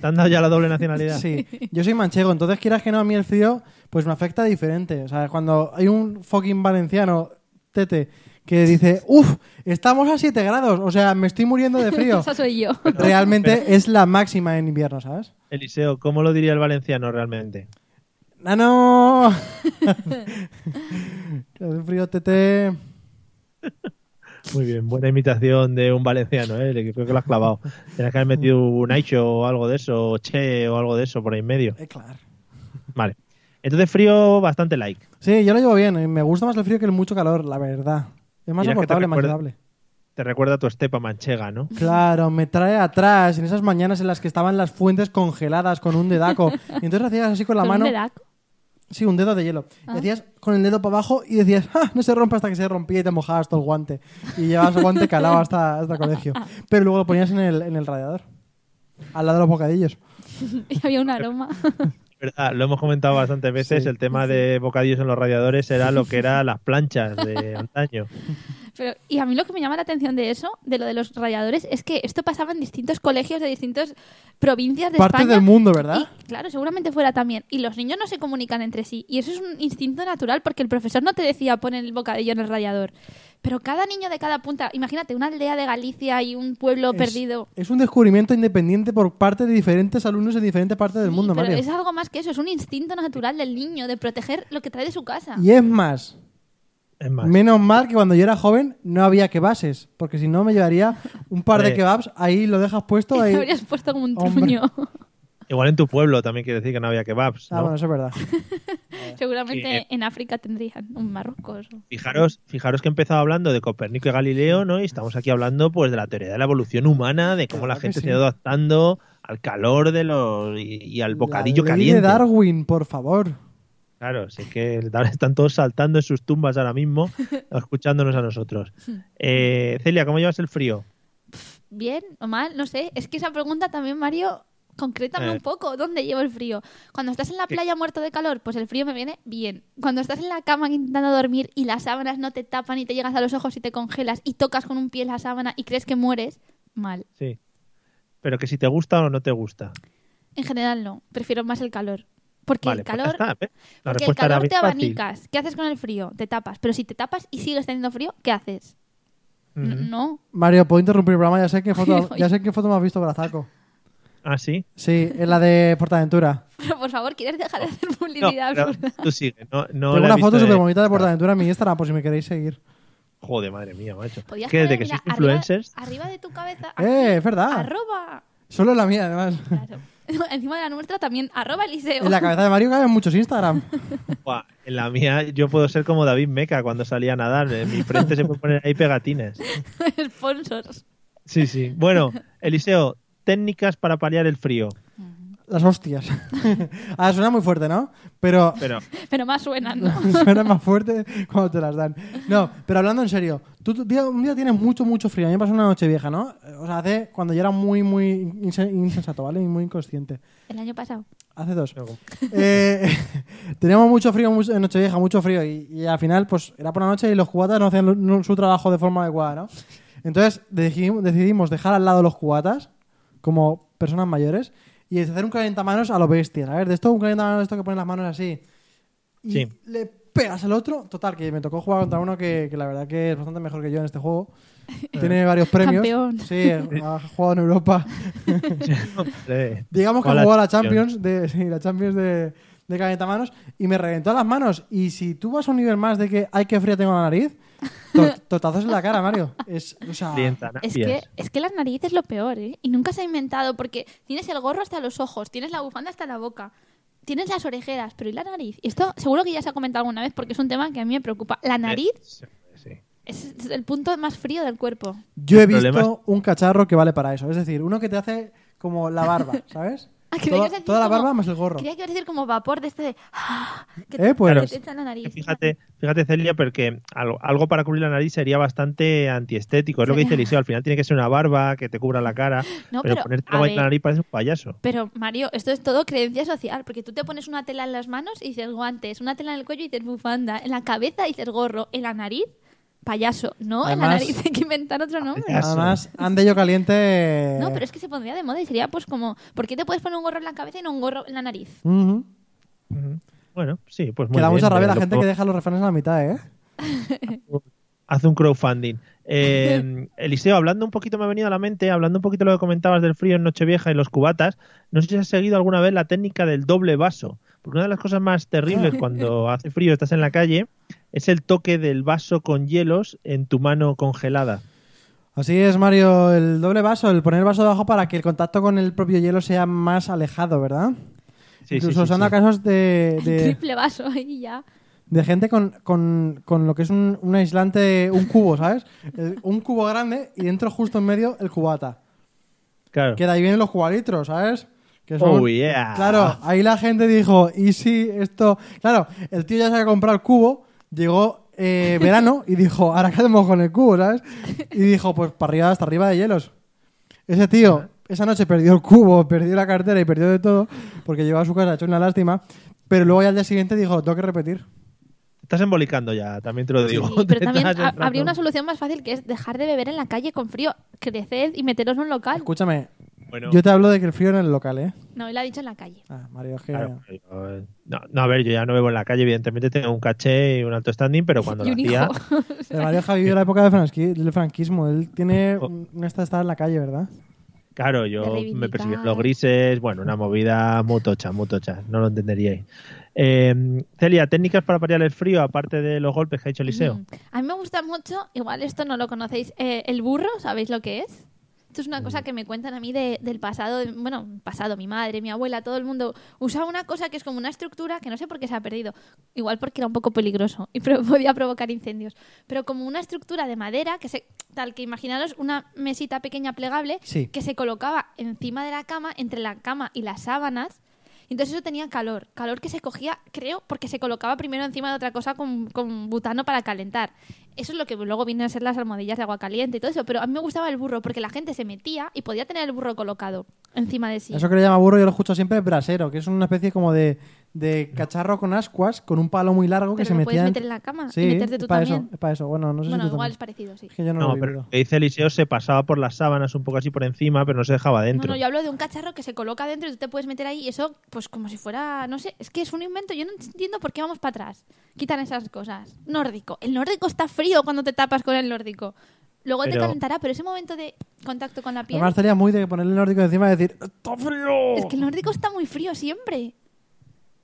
¿Te han dado ya la doble nacionalidad? sí. Yo soy manchego, entonces quieras que no, a mí el frío, pues me afecta diferente. O sea, cuando hay un fucking valenciano, tete, que dice, uff, estamos a 7 grados, o sea, me estoy muriendo de frío. Esa soy yo. Realmente es la máxima en invierno, ¿sabes? Eliseo, ¿cómo lo diría el valenciano realmente? ¡Ah, no! Hace frío, tete. Muy bien, buena imitación de un valenciano, ¿eh? Le- creo que lo has clavado. Tienes que haber metido un aicho o algo de eso, o che o algo de eso por ahí en medio. Eh, claro. Vale. Entonces frío, bastante like. Sí, yo lo llevo bien. eh, Me gusta más el frío que el mucho calor, la verdad. Es más Mira que te soportable, más recuerda- agradable. Te recuerda a tu estepa manchega, ¿no? Claro, me trae atrás en esas mañanas en las que estaban las fuentes congeladas con un dedaco. Y entonces hacías así con la ¿Con un mano. dedaco? Ah. Sí, un dedo de hielo. Y hacías con el dedo para abajo y decías, ¡ah! No se rompa hasta que se rompía y te mojabas todo el guante. Y llevabas el guante calado hasta, hasta el colegio. Pero luego lo ponías en el, en el radiador. Al lado de los bocadillos. Y había un aroma. Es verdad, lo hemos comentado bastantes veces. Sí. El tema de bocadillos en los radiadores era lo que eran las planchas de antaño. Pero, y a mí lo que me llama la atención de eso, de lo de los radiadores, es que esto pasaba en distintos colegios de distintas provincias de Parte España. del mundo, ¿verdad? Y, claro, seguramente fuera también. Y los niños no se comunican entre sí. Y eso es un instinto natural porque el profesor no te decía poner el bocadillo en el radiador. Pero cada niño de cada punta, imagínate una aldea de Galicia y un pueblo Es- perdido. Es, un descubrimiento independiente por parte de diferentes alumnos en diferentes partes del Sí, mundo, pero Mario. es algo más que eso, es un instinto natural del niño de proteger lo que trae de su casa. Y es más, Es más, menos mal que cuando yo era joven no había kebases, porque si no me llevaría un par de Eh. kebabs, ahí lo dejas puesto, Te ahí... habrías puesto como un Hombre. truño. igual en tu pueblo también quiere decir que no había kebabs. Ah, ¿no? bueno, eso es verdad. Seguramente Sí. en África tendrían un Marruecos. Fijaros, fijaros que he empezado hablando de Copérnico y Galileo, ¿no? Y estamos aquí hablando pues de la teoría de la evolución humana, de cómo la Claro que gente sí. se ha ido adaptando al calor de los y, y al bocadillo La ley caliente. de Darwin, por favor. Claro, sí que el Darwin- están todos saltando en sus tumbas ahora mismo, escuchándonos a nosotros. Eh, Celia, ¿cómo llevas el frío? bien o mal, no sé. Es que esa pregunta también, Mario, concrétame Eh. un poco. ¿Dónde llevo el frío? Cuando estás en la ¿Qué? playa muerto de calor, pues el frío me viene bien. Cuando estás en la cama intentando dormir y las sábanas no te tapan y te llegas a los ojos y te congelas y tocas con un pie la sábana y crees que mueres, mal. Sí. Pero que si te gusta o no te gusta. En general no, prefiero más el calor. Porque vale, el pues ya calor, está, ¿ves? La porque el respuesta era calor bien te fácil. abanicas. ¿Qué haces con el frío? Te tapas. Pero si te tapas y sigues teniendo frío, ¿qué haces? Ujú. N- No. Mario, puedo interrumpir el programa, ya sé qué foto, ya sé qué foto me has visto, Brazaco. Ah, sí. Sí, es la de Portaventura. Pero por favor, ¿quieres dejar de hacer No, publicidad pero absurda? tú sigue. No, no Tengo la he una visto foto de- Ah, súper bonita de Portaventura en mi Instagram, por si me queréis seguir. Joder, madre mía, macho. Podías Que desde poner, que mira, sois arriba- influencers. Arriba, de tu cabeza. Eh, aquí, es verdad. Arroba. Solo la mía, además. Claro. Encima de la nuestra también. Arroba Eliseo. En la cabeza de Mario caben muchos Instagram. Buah, en la mía yo puedo ser como David Meca cuando salía a nadar. En mi frente se pueden poner ahí pegatines. Sponsors. Sí, sí. Bueno, Eliseo, técnicas para paliar el frío. las hostias. ah, suena muy fuerte, ¿no? Pero Pero Pero más suenan, ¿no? suena más fuerte cuando te las dan. No, pero hablando en serio, tú tú- día- un día tienes mucho, mucho frío. A mí me pasó una noche vieja, ¿no? O sea, hace cuando yo era muy, muy inse- insensato, ¿vale? Y muy inconsciente. El año pasado. Hace dos. Eh, teníamos mucho frío mucho, en Nochevieja, mucho frío. Y, y al final, pues era por la noche y los cubatas no hacían lo- no- su trabajo de forma adecuada, ¿no? Entonces deji- decidimos dejar al lado los cubatas como personas mayores y hacer un calentamanos a lo bestia. A ver, de esto, un calentamanos de esto que ponen las manos así. Y Sí. le pegas al otro. Total, que me tocó jugar contra uno que, que la verdad que es bastante mejor que yo en este juego. Tiene varios premios. Campeón. Sí, ha jugado en Europa. hombre, Digamos que Hola, jugó a la Champions. Champions de, sí, la Champions de, de calentamanos y me reventó las manos. Y si tú vas a un nivel más de que hay que fría tengo la nariz, to- totazos en la cara, Mario. Es, o sea, lienzanapias. Es que, es que las narices es lo peor, ¿eh? Y nunca se ha inventado, porque tienes el gorro hasta los ojos, tienes la bufanda hasta la boca, tienes las orejeras, pero ¿y la nariz? Y esto seguro que ya se ha comentado alguna vez porque es un tema que a mí me preocupa. La nariz Sí, sí. es es el punto más frío del cuerpo. yo he El problema visto un cacharro que vale para eso. Es decir, uno que te hace como la barba, ¿sabes? Ah, creía toda que ibas a decir toda la como- barba más el gorro. Creía que ibas a decir como vapor de este de... ah, que Eh, pues. que Claro. te echa en la nariz. Que Fíjate, fíjate Celia, porque algo, algo para cubrir la nariz sería bastante antiestético. Es lo que dice Eliseo, al final tiene que ser una barba que te cubra la cara, No, pero, pero, ponerte a algo en la ver. nariz parece un payaso. Pero Mario, esto es todo creencia social, porque tú te pones una tela en las manos y dices guantes, una tela en el cuello y dices bufanda, en la cabeza dices gorro, en la nariz payaso, ¿no? en la Además- nariz hay que inventar otro nombre. Payaso. Además, ande yo caliente. No, pero es que se pondría de moda y sería pues como, ¿por qué te puedes poner un gorro en la cabeza y no un gorro en la nariz? Ujú. Ujú. Bueno, sí, pues muy Que da bien, mucha rabia eh, la lo gente que puedo- deja los refranes a la mitad, ¿eh? hace un crowdfunding. Eh, Eliseo, hablando un poquito, me ha venido a la mente, hablando un poquito de lo que comentabas del frío en Nochevieja y los cubatas, no sé si has seguido alguna vez la técnica del doble vaso, porque una de las cosas más terribles cuando hace frío, estás en la calle, es el toque del vaso con hielos en tu mano congelada. Así es, Mario, el doble vaso, el poner el vaso debajo para que el contacto con el propio hielo sea más alejado, ¿verdad? Sí, sí, Incluso sí, se han dado sí. casos de, de, Triple vaso y ya. de gente con, con- con lo que es un, un aislante, un cubo, ¿sabes? El- un cubo grande y dentro justo en medio el cubata. Claro. Que de ahí vienen los cubalitros, ¿sabes? Que son- Oh, yeah. Claro, ahí la gente dijo, ¿y si esto...? Claro, el tío ya se había comprado el cubo, llegó eh, verano y dijo, ¿ahora qué hacemos con el cubo, sabes? Y dijo, pues para arriba, hasta arriba de hielos. Ese tío, esa noche perdió el cubo, perdió la cartera y perdió de todo, porque llegó a su casa hecho una lástima, pero luego ya al día siguiente dijo, lo tengo que repetir. Estás embolicando ya, también te lo digo. Sí, pero Te también estás ha- entrando. habría una solución más fácil que es dejar de beber en la calle con frío, crecer y meteros en un local. Escúchame, Bueno, yo te hablo de que el frío era en el local, ¿eh? No, él ha dicho en la calle. Ah, Mario, es que... claro, pero, eh, no, no, a ver, yo ya no bebo en la calle, evidentemente tengo un caché y un alto standing, pero cuando y lo un hacía, hijo. el Mario ha vivido la época de franqui- del franquismo, él tiene Oh. un- una estar en la calle, ¿verdad? Claro, yo reivindicar. me persiguieron los grises, bueno, una movida muy tocha, muy tocha, no lo entenderíais. Eh, Celia, técnicas para paliar el frío, aparte de los golpes que ha hecho Eliseo. Mm. A mí me gusta mucho, igual esto no lo conocéis, eh, el burro, ¿sabéis lo que es? Esto es una cosa que me cuentan a mí de- del pasado, de- bueno, pasado, mi madre, mi abuela, todo el mundo usaba una cosa que es como una estructura que no sé por qué se ha perdido, igual porque era un poco peligroso y pro- podía provocar incendios, pero como una estructura de madera que se, tal que imaginaros una mesita pequeña plegable Sí. que se colocaba encima de la cama, entre la cama y las sábanas, y Entonces eso tenía calor, calor que se cogía, creo, porque se colocaba primero encima de otra cosa con, con butano para calentar. Eso es lo que luego vienen a ser las almohadillas de agua caliente y todo eso, pero a mí me gustaba el burro porque la gente se metía y podía tener el burro colocado encima de sí. Eso que le llama burro, yo lo escucho siempre brasero, que es una especie como de, de cacharro con ascuas, con un palo muy largo que Pero se lo metía. puedes meter en la cama Sí, y meterte tú es para también. Eso, es para eso. Bueno, no sé bueno, si tú igual es también. parecido, sí. Es que yo no, No, lo he pero vivido. lo que dice Eliseo se pasaba por las sábanas un poco así por encima, pero no se dejaba No, dentro. no, yo hablo de un cacharro que se coloca dentro y tú te puedes meter ahí y eso, pues como si fuera, no sé, es que es un invento, yo no entiendo por qué vamos para atrás. Quitan esas cosas. Nórdico. El nórdico está frío cuando te tapas con el nórdico. Luego te Pero- calentará, pero ese momento de contacto con la piel... Además, estaría muy de ponerle el nórdico encima y decir, ¡está frío! Es que el nórdico está muy frío siempre.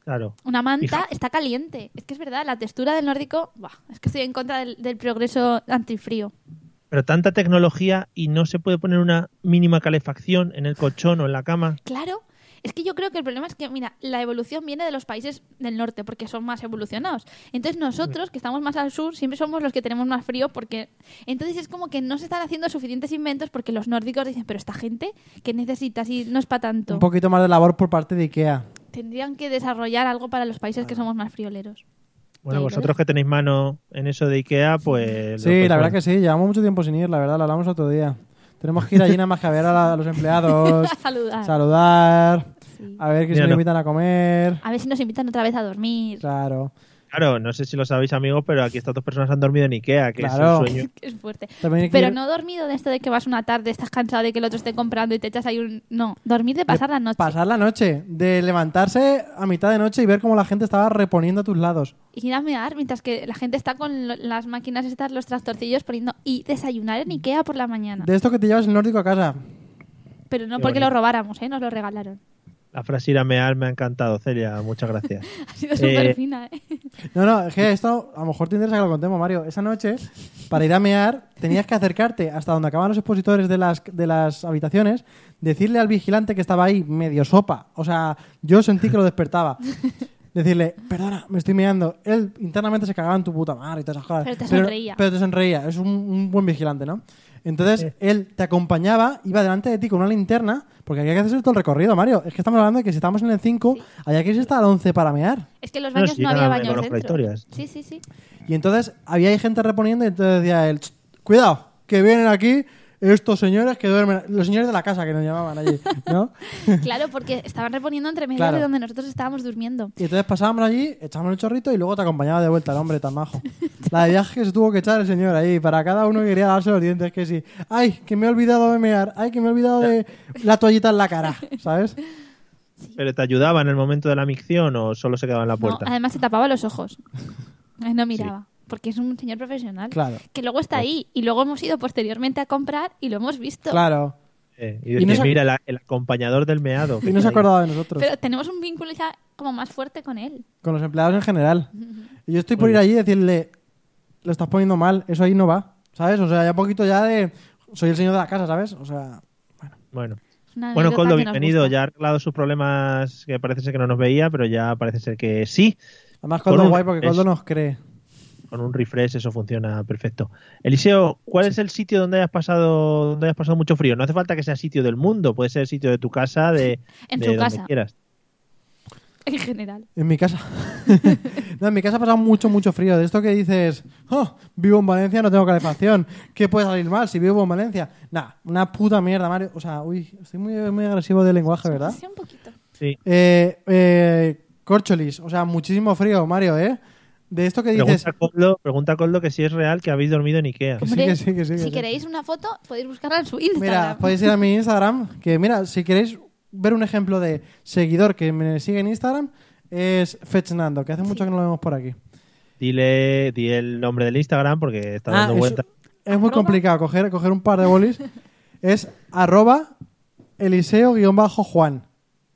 Claro. Una manta Fija- está caliente. Es que es verdad, la textura del nórdico... Buah, es que estoy en contra del, del progreso antifrío. Pero tanta tecnología y no se puede poner una mínima calefacción en el colchón o en la cama. Claro. Es que yo creo que el problema es que, mira, la evolución viene de los países del norte porque son más evolucionados. Entonces nosotros, que estamos más al sur, siempre somos los que tenemos más frío porque... Entonces es como que no se están haciendo suficientes inventos porque los nórdicos dicen, pero esta gente que necesita, si no es para tanto. Un poquito más de labor por parte de Ikea. Tendrían que desarrollar algo para los países que somos más frioleros. Bueno, Sí, vosotros que tenéis mano en eso de Ikea, pues... Sí, la verdad que sí, llevamos mucho tiempo sin ir, la verdad, lo hablamos otro día. Tenemos que ir allí nada más que a ver a, la- a los empleados, Saludar. saludar, Sí. a ver que se Mira, nos no. invitan a comer. A ver si nos invitan otra vez a dormir. Claro. Claro, no sé si lo sabéis, amigos, pero aquí estas dos personas han dormido en Ikea, que Claro. es un sueño. Es fuerte. También hay que Pero ir no dormido de esto de que vas una tarde, estás cansado de que el otro esté comprando y te echas ahí un... No, dormir de pasar la noche. pasar la noche, de levantarse a mitad de noche y ver cómo la gente estaba reponiendo a tus lados. Y ir a mear mientras que la gente está con lo- las máquinas estas, los trastorcillos poniendo... Y desayunar en Ikea por la mañana. De esto que te llevas el nórdico a casa. Pero no Qué porque bonito. lo robáramos, ¿eh? Nos lo regalaron. La frase ir a mear me ha encantado, Celia, muchas gracias. Ha sido súper Eh, fina, ¿eh? No, no, es que esto a lo mejor te interesa que lo contemos, Mario. Esa noche, para ir a mear, tenías que acercarte hasta donde acababan los expositores de las, de las habitaciones, decirle al vigilante que estaba ahí medio sopa. O sea, yo sentí que lo despertaba. Decirle, perdona, me estoy meando. Él internamente se cagaba en tu puta madre y todas esas cosas. Pero te sonreía. Pero te sonreía. Es un, un buen vigilante, ¿no? Entonces, él te acompañaba, iba delante de ti con una linterna, porque había que hacer todo el recorrido, Mario. Es que estamos hablando de que si estamos en el 5, había que irse hasta el 11 para mear. Es que en los No, baños no, sí, había eran baños conozco dentro. historias. Sí, sí, sí. Y entonces había ahí gente reponiendo y entonces decía él, "Ch, cuidado, que vienen aquí estos señores que duermen, los señores de la casa que nos llamaban allí, ¿no? Claro, porque estaban reponiendo entre medias Claro. de donde nosotros estábamos durmiendo. Y entonces pasábamos allí, echábamos el chorrito y luego te acompañaba de vuelta el hombre tan majo. La de viaje que se tuvo que echar el señor ahí, para cada uno que quería darse los dientes, que sí, ay, que me he olvidado de mear, ay, que me he olvidado de la toallita en la cara, ¿sabes? ¿Pero te ayudaba en el momento de la micción o solo se quedaba en la No, puerta? además se tapaba los ojos. Eh, No miraba. Porque es un señor profesional. Claro. Que luego está ahí. Y luego hemos ido posteriormente a comprar y lo hemos visto. Claro. Eh, y Y no decir, se- mira, la- el acompañador del meado. Y no que- se acordaba de nosotros. Pero tenemos un vínculo ya como más fuerte con él. Con los empleados en general. Y yo estoy por Muy ir allí y decirle, lo estás poniendo mal, eso ahí no va, ¿sabes? O sea, ya poquito ya de, soy el señor de la casa, ¿sabes? O sea, Bueno, Es una bueno anécdota Coldo, que nos bienvenido. gusta. Ya ha arreglado sus problemas que parece ser que no nos veía, pero ya parece ser que sí. además Coldo Coldo es guay porque es- Coldo nos cree. Con un refresh eso funciona perfecto. Eliseo, ¿cuál es el sitio donde hayas pasado donde hayas pasado mucho frío? No hace falta que sea sitio del mundo, puede ser sitio de tu casa, de, En de tu donde casa. quieras. En general. En mi casa. no, en mi casa ha pasado mucho, mucho frío. De esto que dices, oh, vivo en Valencia, no tengo calefacción. ¿Qué puede salir mal si vivo en Valencia? Nah, una puta mierda, Mario. O sea, uy, estoy muy, muy agresivo de lenguaje, ¿verdad? Sí, un poquito. Sí. Eh, eh, corcholis, o sea, muchísimo frío, Mario, ¿eh? De esto que dices... Pregunta a, Coldo, pregunta a Coldo que si es real que habéis dormido en Ikea. Que sí, Hombre, que sí, que sí, que si sí. queréis una foto, podéis buscarla en su Instagram. Mira, pues, podéis ir a mi Instagram, que mira, si queréis ver un ejemplo de seguidor que me sigue en Instagram, es Fechnando, que hace mucho que no lo vemos por aquí. Dile, di el nombre del Instagram porque está Ah, dando es- vueltas. Es, muy complicado coger, coger un par de bolis. es arroba eliseo-juan.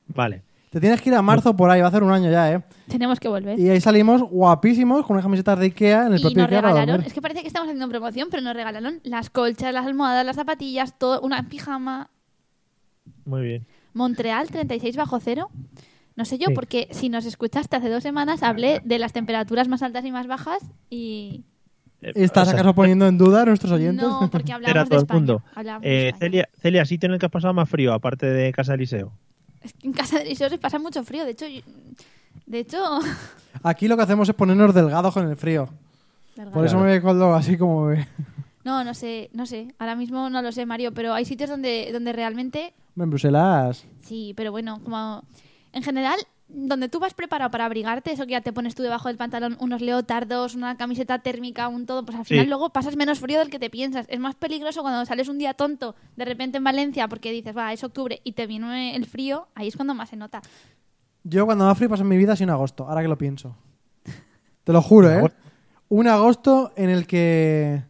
Vale. Te tienes que ir a marzo por ahí, va a hacer un año ya, ¿eh? Tenemos que volver. Y ahí salimos guapísimos con unas camisetas de Ikea en el Y propio nos Ikea para regalaron, dormir. es que parece que estamos haciendo promoción, pero nos regalaron las colchas, las almohadas, las zapatillas, todo, una pijama. Muy bien. Montreal, 36 bajo cero. No sé yo, Sí. porque si nos escuchaste hace dos semanas, hablé de las temperaturas más altas y más bajas y... Eh, o ¿Estás sea, acaso poniendo en duda a nuestros oyentes? este- No, porque era hablamos de todo el España. mundo. hablamos de Eh, España. Celia, Celia, sitio en el que has pasado más frío, aparte de Casa Eliseo. Es que en casa de Eliseo se pasa mucho frío. De hecho, yo- de hecho... Aquí lo que hacemos es ponernos delgados con el frío. Por eso Claro. me ve Coldo así como me ve. No, no sé, no sé. Ahora mismo no lo sé, Mario, pero hay sitios donde, donde realmente... En Bruselas. Sí, pero bueno, como... En general, donde tú vas preparado para abrigarte, eso que ya te pones tú debajo del pantalón, unos leotardos, una camiseta térmica, un todo, pues al Sí. final luego pasas menos frío del que te piensas. Es más peligroso cuando sales un día tonto de repente en Valencia porque dices, va, es octubre y te viene el frío, ahí es cuando más se nota. Yo cuando más frío pasa en mi vida es en agosto, ahora que lo pienso. Te lo juro, ¿eh? Agosto. Un agosto en el que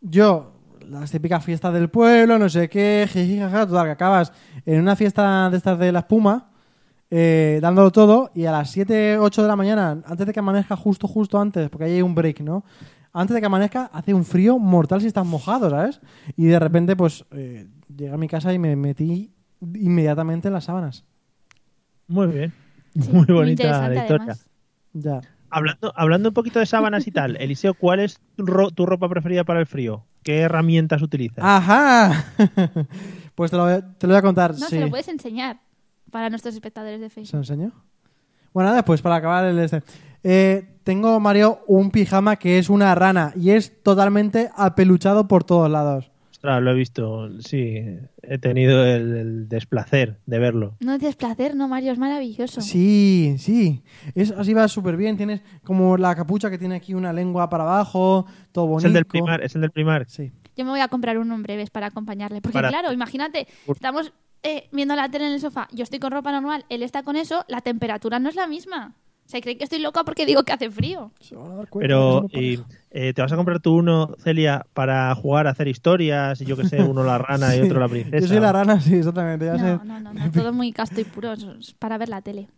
yo, las típicas fiestas del pueblo, no sé qué, jiji, jaja, total, que acabas en una fiesta de estas de la espuma, eh, dándolo todo, y a las 7, 8 de la mañana, antes de que amanezca, justo, justo antes, porque ahí hay un break, ¿no? Antes de que amanezca, hace un frío mortal si estás mojado, ¿sabes? Y de repente, pues, eh, llegué a mi casa y me metí inmediatamente en las sábanas. Muy bien. Sí, muy bonita interesante, la historia. además. Ya. Hablando, hablando un poquito de sábanas y tal, Eliseo, ¿cuál es tu, ro- tu ropa preferida para el frío? ¿Qué herramientas utilizas? Ah. ¡Ajá! pues te lo, te lo voy a contar. No, sí. se lo puedes enseñar para nuestros espectadores de ¿Se Facebook. lo enseño? Bueno, nada, pues para acabar el este. Eh, tengo, Mario, un pijama que es una rana y es totalmente apeluchado por todos lados. Ostras, lo he visto, sí, he tenido el, el desplacer de verlo. No es desplacer, no, Mario, es maravilloso. Sí, sí. Es, así va súper bien. Tienes como la capucha que tiene aquí una lengua para abajo, todo bonito. Es el del primar, es el del primar. Sí. Yo me voy a comprar uno en breves para acompañarle. Porque, Para- claro, imagínate, Por- estamos eh, viendo la tele en el sofá, yo estoy con ropa normal, él está con eso, la temperatura no es la misma. Se cree que estoy loca porque digo que hace frío. Se van a dar cuenta, Pero, es una y, eh, ¿te vas a comprar tú uno, Celia, para jugar a hacer historias? Y yo que sé, uno la rana y otro la pareja. princesa. Yo soy la rana, sí, exactamente. Ya sé. No, no, no, no, todo muy casto y puro, eso es para ver la tele.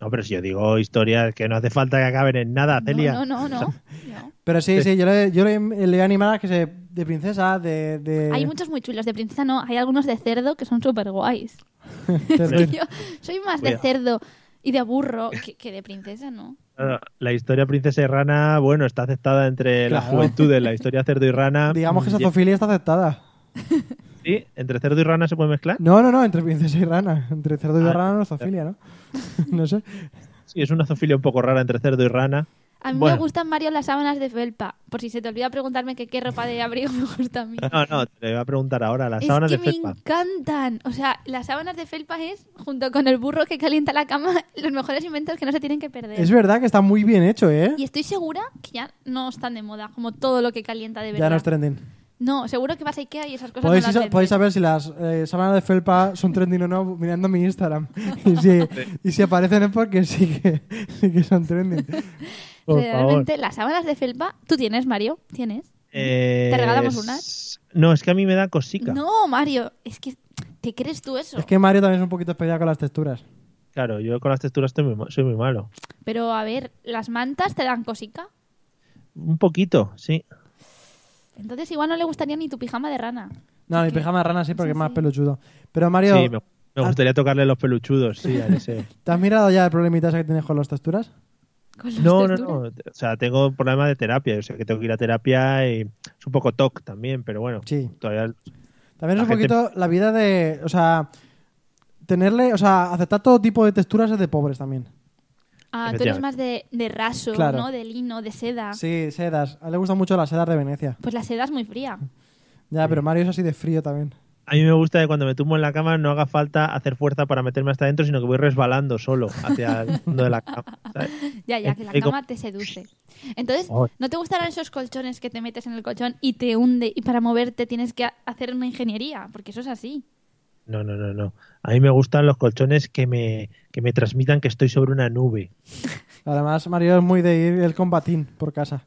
No, pero si yo digo historias que no hace falta que acaben en nada, Celia. No, no, no, no. no. Pero sí, sí, yo le, yo le, le voy a animar a que se... De princesa, de... de... Eh. Hay muchos muy chulos, de princesa no, hay algunos de cerdo que son súper guays. de- Yo soy más de Cuidado. cerdo y de burro que, que de princesa, ¿no? Claro, Ah, La historia princesa y rana, bueno, está aceptada entre las Claro. juventudes. La historia cerdo y rana. Digamos que Ah, esa mm, ya- zoofilia está aceptada. ¿Sí? ¿Entre cerdo y rana se puede mezclar? No, no, no, entre princesa y rana. Entre cerdo y Ah, rana no es zoofilia, ¿no? no sé. Eh, Sí, es una zoofilia un poco rara entre cerdo y rana. A mí Bueno. me gustan, Mario, las sábanas de felpa. Por si se te olvida preguntarme que qué ropa de abrigo me gusta a mí. No, no, te lo iba a preguntar ahora. Las Es sábanas que de me felpa. encantan. O sea, las sábanas de felpa es, junto con el burro que calienta la cama, los mejores inventos que no se tienen que perder. Es verdad que está muy bien hecho, ¿eh? Y estoy segura que ya no están de moda, como todo lo que calienta de verdad. Ya no es trending. No, seguro que vas a Ikea y esas cosas Podéis, no las sa- venden. podéis saber si las eh, sábanas de felpa son trending o no mirando mi Instagram. y, si, y si aparecen es porque sí que, sí que son trending. Por favor. Realmente, las sábanas de felpa, tú tienes, Mario, tienes. Eh, ¿Te regalamos es- No, es que a mí me da cosica. No, Mario, es que te crees tú eso. Es que Mario también es un poquito especial con las texturas. Claro, yo con las texturas estoy muy ma- soy muy malo. Pero a ver, las mantas te dan cosica. Un poquito, sí. Entonces igual no le gustaría ni tu pijama de rana. No, mi ¿Qué? pijama de rana sí porque es Sí, más sí. peluchudo. Pero Mario, sí, me, me ah. gustaría tocarle los peluchudos, sí, a ese. ¿te has mirado ya el problemita ese que tienes con las texturas? Con las No, no, texturas. no. O sea, tengo un problema de terapia. Yo sé que tengo que ir a terapia y es un poco toc también, pero bueno. Sí. Todavía También es La un gente- poquito la vida de. O sea, tenerle. O sea, aceptar todo tipo de texturas es de pobres también. Ah, tú eres más de, de raso, Claro. ¿no? De lino, de seda. Sí, sedas. A él le gustan mucho las sedas de Venecia. Pues la seda es muy fría. Ya, pero Mario es así de frío también. A mí me gusta que cuando me tumbo en la cama no haga falta hacer fuerza para meterme hasta adentro, sino que voy resbalando solo hacia el fondo de la cama. ¿sabes? Ya, ya, que la Digo- cama te seduce. Entonces, Eh, Ay. ¿no te gustarán esos colchones que te metes en el colchón y te hunde y para moverte tienes que ha- hacer una ingeniería? Porque eso es así. No, no, no, no. A mí me gustan los colchones que me, que me transmitan que estoy sobre una nube. Además, Mario es muy de ir él con batín por casa.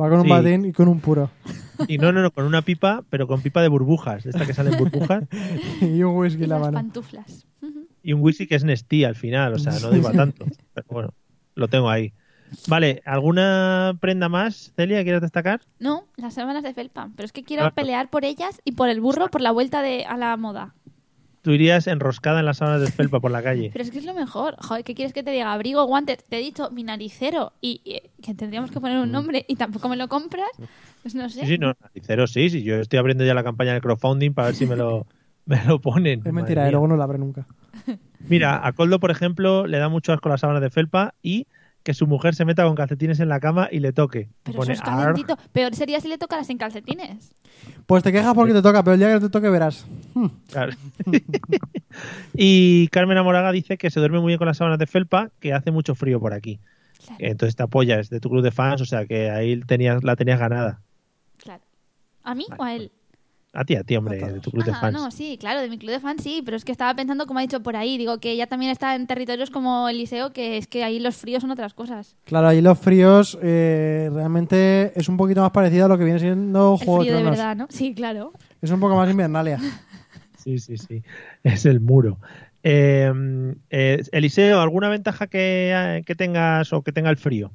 Va con un Sí. batín y con un puro. Y no, no, no, con una pipa, pero con pipa de burbujas, de esta que salen burbujas, y un Y whisky en la las mano. pantuflas. Ujú. y un whisky que es Nestí al final, o sea, no digo tanto. Pero bueno, lo tengo ahí. Vale, ¿alguna prenda más, Celia, quieres destacar? No, las sábanas de felpa. Pero es que quiero Claro. pelear por ellas y por el burro por la vuelta de, a la moda. Tú irías enroscada en las sábanas de felpa por la calle. Pero es que es lo mejor. Joder, ¿qué quieres que te diga? Abrigo, guantes. Te he dicho mi naricero y, y que tendríamos que poner un nombre y tampoco me lo compras. Pues no sé. Mm. Sí, sí, no, naricero sí, sí. Yo estoy abriendo ya la campaña del crowdfunding para ver si me lo, me lo ponen. Es Madre mentira, mía. y luego no la abre nunca. Mira, a Coldo, por ejemplo, le da mucho asco las sábanas de felpa y que su mujer se meta con calcetines en la cama y le toque. Pero eso Pone, es "Arg". calentito. Peor sería si le tocaras en calcetines. Pues te quejas porque te toca, pero el día que te toque verás. Hmm. Claro. y Carmen Amoraga dice que se duerme muy bien con las sábanas de felpa, que hace mucho frío por aquí. Claro, Entonces te apoyas de tu club de fans, o sea que ahí tenías, la tenías ganada. claro. ¿A mí o a él? A ti, a ti, hombre, A todos. de tu pues, club de Ah, fans. no, sí, claro, de mi club de fans sí, pero es que estaba pensando, como ha dicho por ahí, digo que ella también está en territorios como Eliseo, que es que ahí los fríos son otras cosas. Claro, ahí los fríos eh, realmente es un poquito más parecido a lo que viene siendo El Juego frío de Tronos. verdad, ¿no? Sí, claro. Es un poco más invernalia. Sí, sí, sí. Es el muro. Eh, eh, Eliseo, ¿alguna ventaja que, eh, que tengas o que tenga el frío?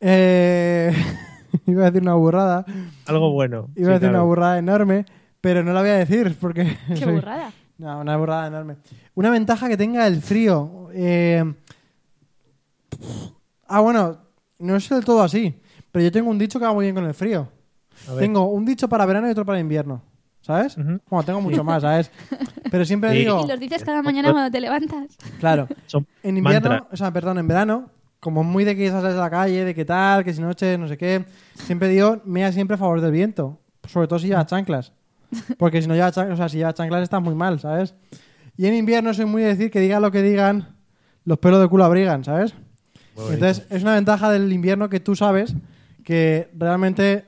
Eh, iba a decir una burrada. Algo bueno. Iba a Sí, decir una claro. burrada enorme, pero no la voy a decir porque. Qué soy- burrada. No, una borrada enorme. Una ventaja que tenga el frío. eh, Ah, bueno, no es del todo así. Pero yo tengo un dicho que va muy bien con el frío. A ver. Tengo un dicho para verano y otro para invierno. ¿Sabes? Ujú. Bueno, tengo mucho más, ¿sabes? Pero siempre Sí. digo, Y los dices cada mañana cuando te levantas. claro, Son en invierno, mantra. o sea, perdón, en verano, como muy de que sales a la calle, de qué tal, que si noche, no sé qué, siempre digo, mea siempre a favor del viento. Sobre todo si llevas chanclas. Porque si no llevas chanclas, o sea, si llevas chanclas estás muy mal, ¿sabes? Y en invierno soy muy de decir que digan lo que digan, los pelos de culo abrigan, ¿sabes? Entonces, es una ventaja del invierno que tú sabes que realmente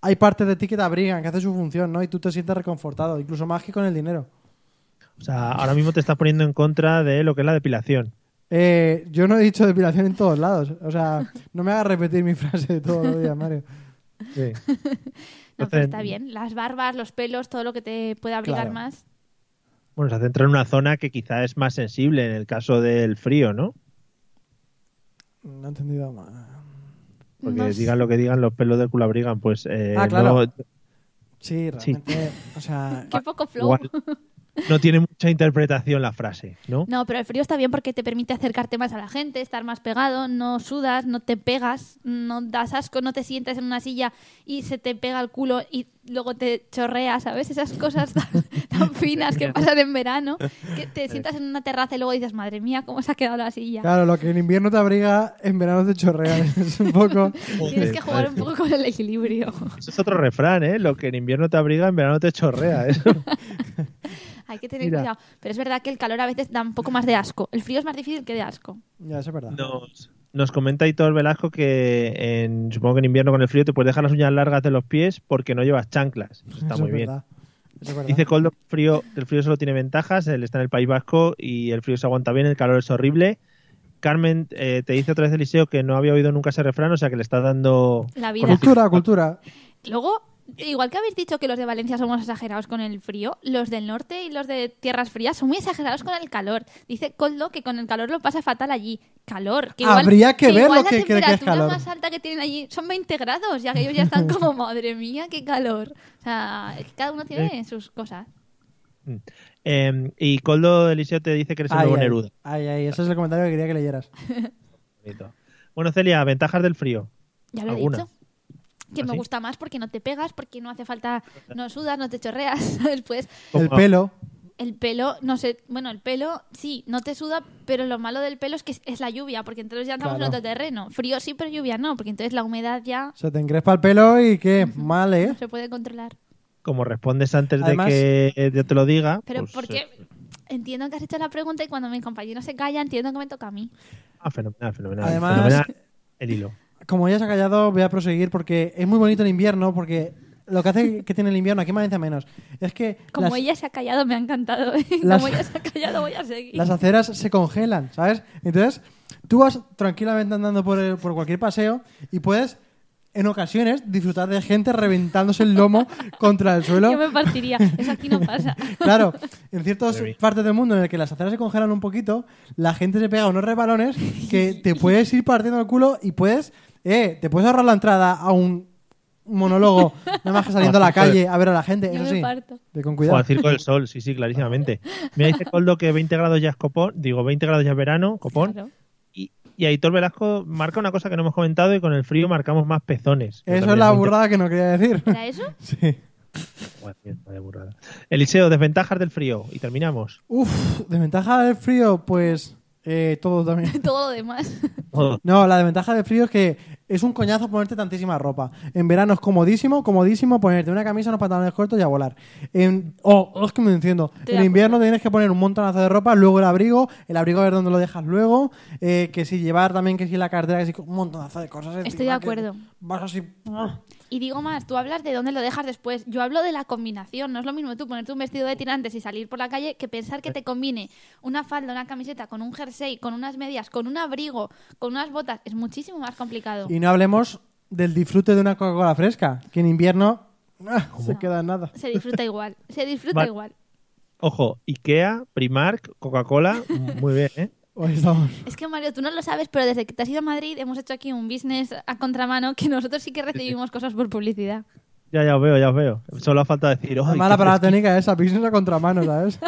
hay partes de ti que te abrigan, que hace su función, ¿no? Y tú te sientes reconfortado, incluso más que con el dinero. O sea, ahora mismo te estás poniendo en contra de lo que es la depilación. Eh, yo no he dicho depilación en todos lados. O sea, no me hagas repetir mi frase de todos los días, Mario. Sí. No, pero Entonces- está bien. Las barbas, los pelos, todo lo que te pueda abrigar Claro. más. Bueno, se centra en una zona que quizá es más sensible en el caso del frío, ¿no? No he entendido más. Porque No sé. digan lo que digan, los pelos del culo abrigan, pues... eh, Ah, claro. no, Sí, realmente. O sea, Qué poco flow. igual no tiene mucha interpretación la frase, ¿no? No, pero el frío está bien porque te permite acercarte más a la gente, estar más pegado, no sudas, no te pegas, no das asco, no te sientas en una silla y se te pega el culo y luego te chorrea, ¿sabes? Esas cosas tan, tan finas que pasan en verano, que Eh. te sientas en una terraza y luego dices, madre mía, cómo se ha quedado la silla. claro, lo que en invierno te abriga, en verano te chorrea. Es un poco. Tienes que jugar un poco con el equilibrio. Eso es otro refrán, ¿eh? Lo que en invierno te abriga, en verano te chorrea. ¿eh? Eso. Hay que tener Mira. cuidado. Pero es verdad que el calor a veces da un poco más de asco. El frío es más difícil que de asco. Ya, eso es verdad. Nos, nos comenta Hitor Velasco que en, supongo que en invierno con el frío te puedes dejar las uñas largas de los pies porque no llevas chanclas. Eso está Eso muy es bien. verdad. Eso es verdad. Dice Coldo que el frío, que el frío solo tiene ventajas, él está en el País Vasco y el frío se aguanta bien, el calor es horrible. Carmen eh, te dice otra vez Eliseo que no había oído nunca ese refrán, o sea que le está dando... La vida. Cultura, cultura. Luego, igual que habéis dicho que los de Valencia somos exagerados con el frío, los del norte y los de tierras frías son muy exagerados con el calor. Dice Coldo que con el calor lo pasa fatal allí. Calor. Que igual- Habría que ver igual lo que cree que es La temperatura calor. más alta que tienen allí son 20 grados, ya que ellos ya están como, madre mía, qué calor. O sea, cada uno tiene sus cosas. Eh, y Coldo Eliseo te dice que eres el Ay, nuevo ay, Neruda. ay, ay, ese es el comentario que quería que leyeras. Bonito. Bueno, Celia, ventajas del frío. Ya lo he ¿Alguna? dicho. Que ¿Ah, me sí? gusta más porque no te pegas, porque no hace falta, no sudas, no te chorreas. Después, El Como- pelo. El pelo, no sé, bueno, el pelo sí, no te suda, pero lo malo del pelo es que es- es la lluvia, porque entonces ya entramos Claro. en otro terreno. Frío sí, pero lluvia no, porque entonces la humedad ya Se te encrespa el pelo y qué mal, ¿eh? no se puede controlar. Como respondes antes Además- de que eh, yo te lo diga... Pero pues, porque eh, entiendo que has hecho la pregunta y cuando mi compañero se calla, entiendo que me toca a mí. ah, fenomenal, fenomenal. Además- fenomenal el hilo. Como ya se ha callado, voy a proseguir porque es muy bonito el invierno, porque lo que hace que tiene el invierno, aquí me vence menos, es que Como las, ella se ha callado, me ha encantado. ¿eh? las- Como ella se ha callado, voy a seguir. las aceras se congelan, ¿sabes? Entonces, tú vas tranquilamente andando por, el- por cualquier paseo y puedes, en ocasiones, disfrutar de gente reventándose el lomo contra el suelo. Yo me partiría. Eso aquí no pasa. Claro, en ciertas Very. partes del mundo en el que las aceras se congelan un poquito, la gente se pega unos rebalones que te puedes ir partiendo el culo y puedes, eh, te puedes ahorrar la entrada a un monólogo, nada más que saliendo a la calle a ver a la gente, Yo eso me sí. parto. De con O cuidado. al Circo del Sol, sí, sí, clarísimamente. Mira, dice Coldo que 20 grados ya es copón, digo, 20 grados ya es verano, copón. Claro. Y, y Aitor Velasco marca una cosa que no hemos comentado y con el frío marcamos más pezones. Yo Eso es también la muy burrada que no quería decir. ¿Era eso? Sí. inter- Joder, tío, vaya burrada. Eliseo, desventajas del frío. Y terminamos. Uf, desventaja del frío, pues eh, todo también. Todo lo demás. Todo. No, la desventaja del frío es que es un coñazo ponerte tantísima ropa. En verano es comodísimo, comodísimo ponerte una camisa, unos pantalones cortos y a volar. En, oh, oh, es que me entiendo. Estoy de En acuerdo. invierno tienes que poner un montonazo de ropa, luego el abrigo, el abrigo a ver dónde lo dejas luego, eh, que si llevar también, que si la cartera, que si un montonazo de cosas. Estoy encima de que acuerdo. Vas así... Y digo más, tú hablas de dónde lo dejas después. Yo hablo de la combinación. No es lo mismo tú ponerte un vestido de tirantes y salir por la calle que pensar que te combine una falda, una camiseta, con un jersey, con unas medias, con un abrigo, con unas botas. Es muchísimo más complicado. Y no hablemos del disfrute de una Coca-Cola fresca, que en invierno ah, se queda en nada. Se disfruta igual. Se disfruta Vale. igual. Ojo, Ikea, Primark, Coca-Cola, muy bien, ¿eh? Hoy estamos... Es que, Mario, tú no lo sabes, pero desde que te has ido a Madrid hemos hecho aquí un business a contramano que nosotros sí que recibimos cosas por publicidad. Ya, ya os veo, ya os veo. Solo ha falta decir. La "Ay, mala qué para la técnica esa, píxeles una contramano, ¿sabes?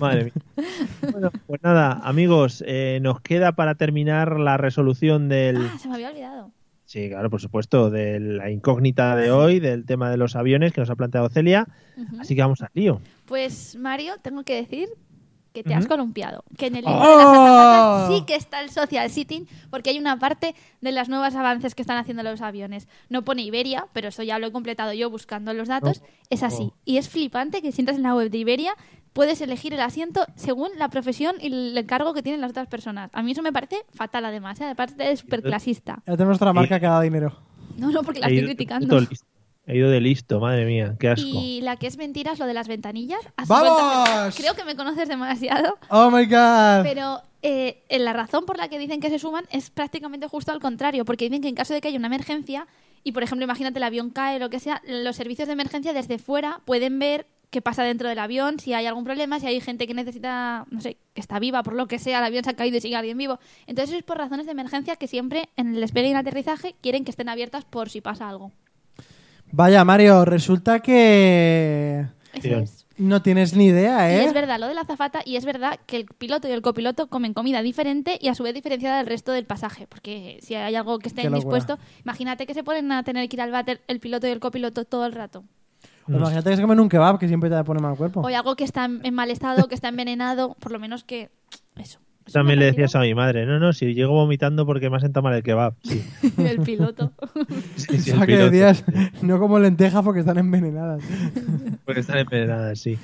Madre mía. Bueno, pues nada, amigos, eh, nos queda para terminar la resolución del. Ah, se me había olvidado. Sí, claro, por supuesto, de la incógnita de hoy, del tema de los aviones que nos ha planteado Celia. Ujú. Así que vamos al lío. Pues Mario, tengo que decir que te has Ujú. columpiado. Que en el ¡Oh! libro de las azafatas sí que está el social sitting, porque hay una parte de las nuevas avances que están haciendo los aviones. No pone Iberia, pero eso ya lo he completado yo buscando los datos. Es así. Y es flipante que si entras en la web de Iberia puedes elegir el asiento según la profesión y el cargo que tienen las otras personas. A mí eso me parece fatal, además. ¿eh? Aparte de superclasista. Ya tenemos otra marca Sí. que da dinero. No, no, porque la He estoy ido de puto criticando. listo. He ido de listo, madre mía, qué asco. Y la que es mentira es lo de las ventanillas. A su ¡Vamos! cuenta- Creo que me conoces demasiado. ¡Oh, my God! Pero eh, eh, la razón por la que dicen que se suman es prácticamente justo al contrario, porque dicen que en caso de que haya una emergencia, y por ejemplo, imagínate el avión cae o lo que sea, los servicios de emergencia desde fuera pueden ver qué pasa dentro del avión, si hay algún problema, si hay gente que necesita, no sé, que está viva, por lo que sea, el avión se ha caído y sigue alguien vivo. Entonces eso es por razones de emergencia que siempre en el despegue y en el aterrizaje quieren que estén abiertas por si pasa algo. Vaya, Mario, resulta que Eso Bien. es. no tienes ni idea, Y ¿eh? es verdad lo de la zafata y es verdad que el piloto y el copiloto comen comida diferente y a su vez diferenciada del resto del pasaje, porque si hay algo que esté Qué locura. indispuesto, imagínate que se ponen a tener que ir al váter el piloto y el copiloto todo el rato. O Pues Imagínate que se comen un kebab que siempre te pone mal cuerpo. O hay algo que está en en mal estado, que está envenenado, por lo menos que eso. Es un También le atractivo decías a mi madre, no, no, si llego vomitando porque me ha sentado mal el kebab. Sí, del piloto. sí, sí, O el sea, que piloto. decías, no como lentejas porque están envenenadas. Porque están envenenadas, sí.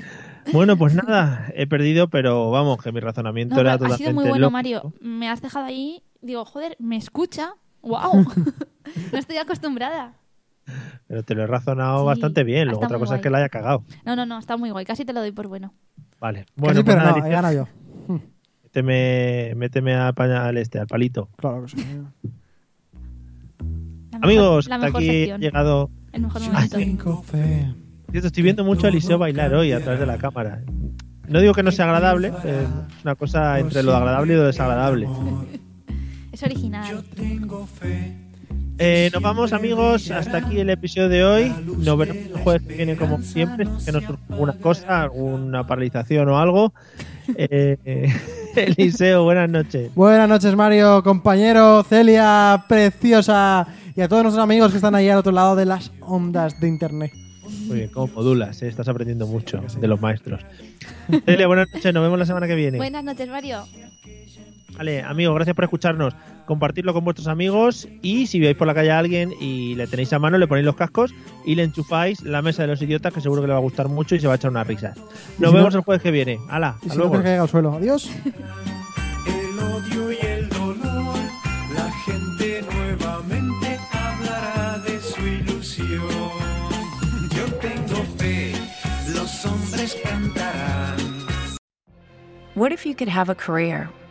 Bueno, pues nada, he perdido, pero vamos, que mi razonamiento No, era pero ha totalmente sido muy bueno, lógico. Mario. Me has dejado ahí, digo, joder, ¿me escucha? ¡Wow! no estoy acostumbrada. Pero te lo he razonado Sí, bastante bien. Luego está otra muy cosa es guay. que la haya cagado. No, no, no, está muy guay. Casi te lo doy por bueno. Vale. Bueno, Bueno, Casi, pues pero nada, no, he Alicia, ganado yo. méteme, méteme a pa- al este, al palito. Claro que sí. La mejor- Amigos, la hasta mejor aquí he sección, llegado. el mejor momento. Tengo fe. Yo estoy viendo mucho a Eliseo bailar hoy a través de la cámara. No digo que no sea agradable, eh, es una cosa entre lo agradable y lo desagradable. Es original. Eh, nos vamos, amigos. Hasta aquí el episodio de hoy. Nos veremos el jueves que viene, como siempre. si es Que nos surge alguna cosa, alguna paralización o algo. Eh, eh, Eliseo, buenas noches. Buenas noches, Mario, compañero, Celia, preciosa. Y a todos nuestros amigos que están ahí al otro lado de las ondas de internet. Muy bien, como modulas, eh, estás aprendiendo mucho de los maestros. Celia, buenas noches, nos vemos la semana que viene. Buenas noches, Mario. Vale, amigos, gracias por escucharnos. Compartidlo con vuestros amigos y si veis por la calle a alguien y le tenéis a mano, le ponéis los cascos y le enchufáis la mesa de los idiotas, que seguro que le va a gustar mucho y se va a echar unas risas. Nos si vemos no- el jueves que viene. ¡Hala! Y hasta si no, luego. que caiga al suelo. Adiós. El odio y el dolor, la gente nuevamente hablará de su ilusión. Yo tengo fe, los hombres cantarán. What if you could have a career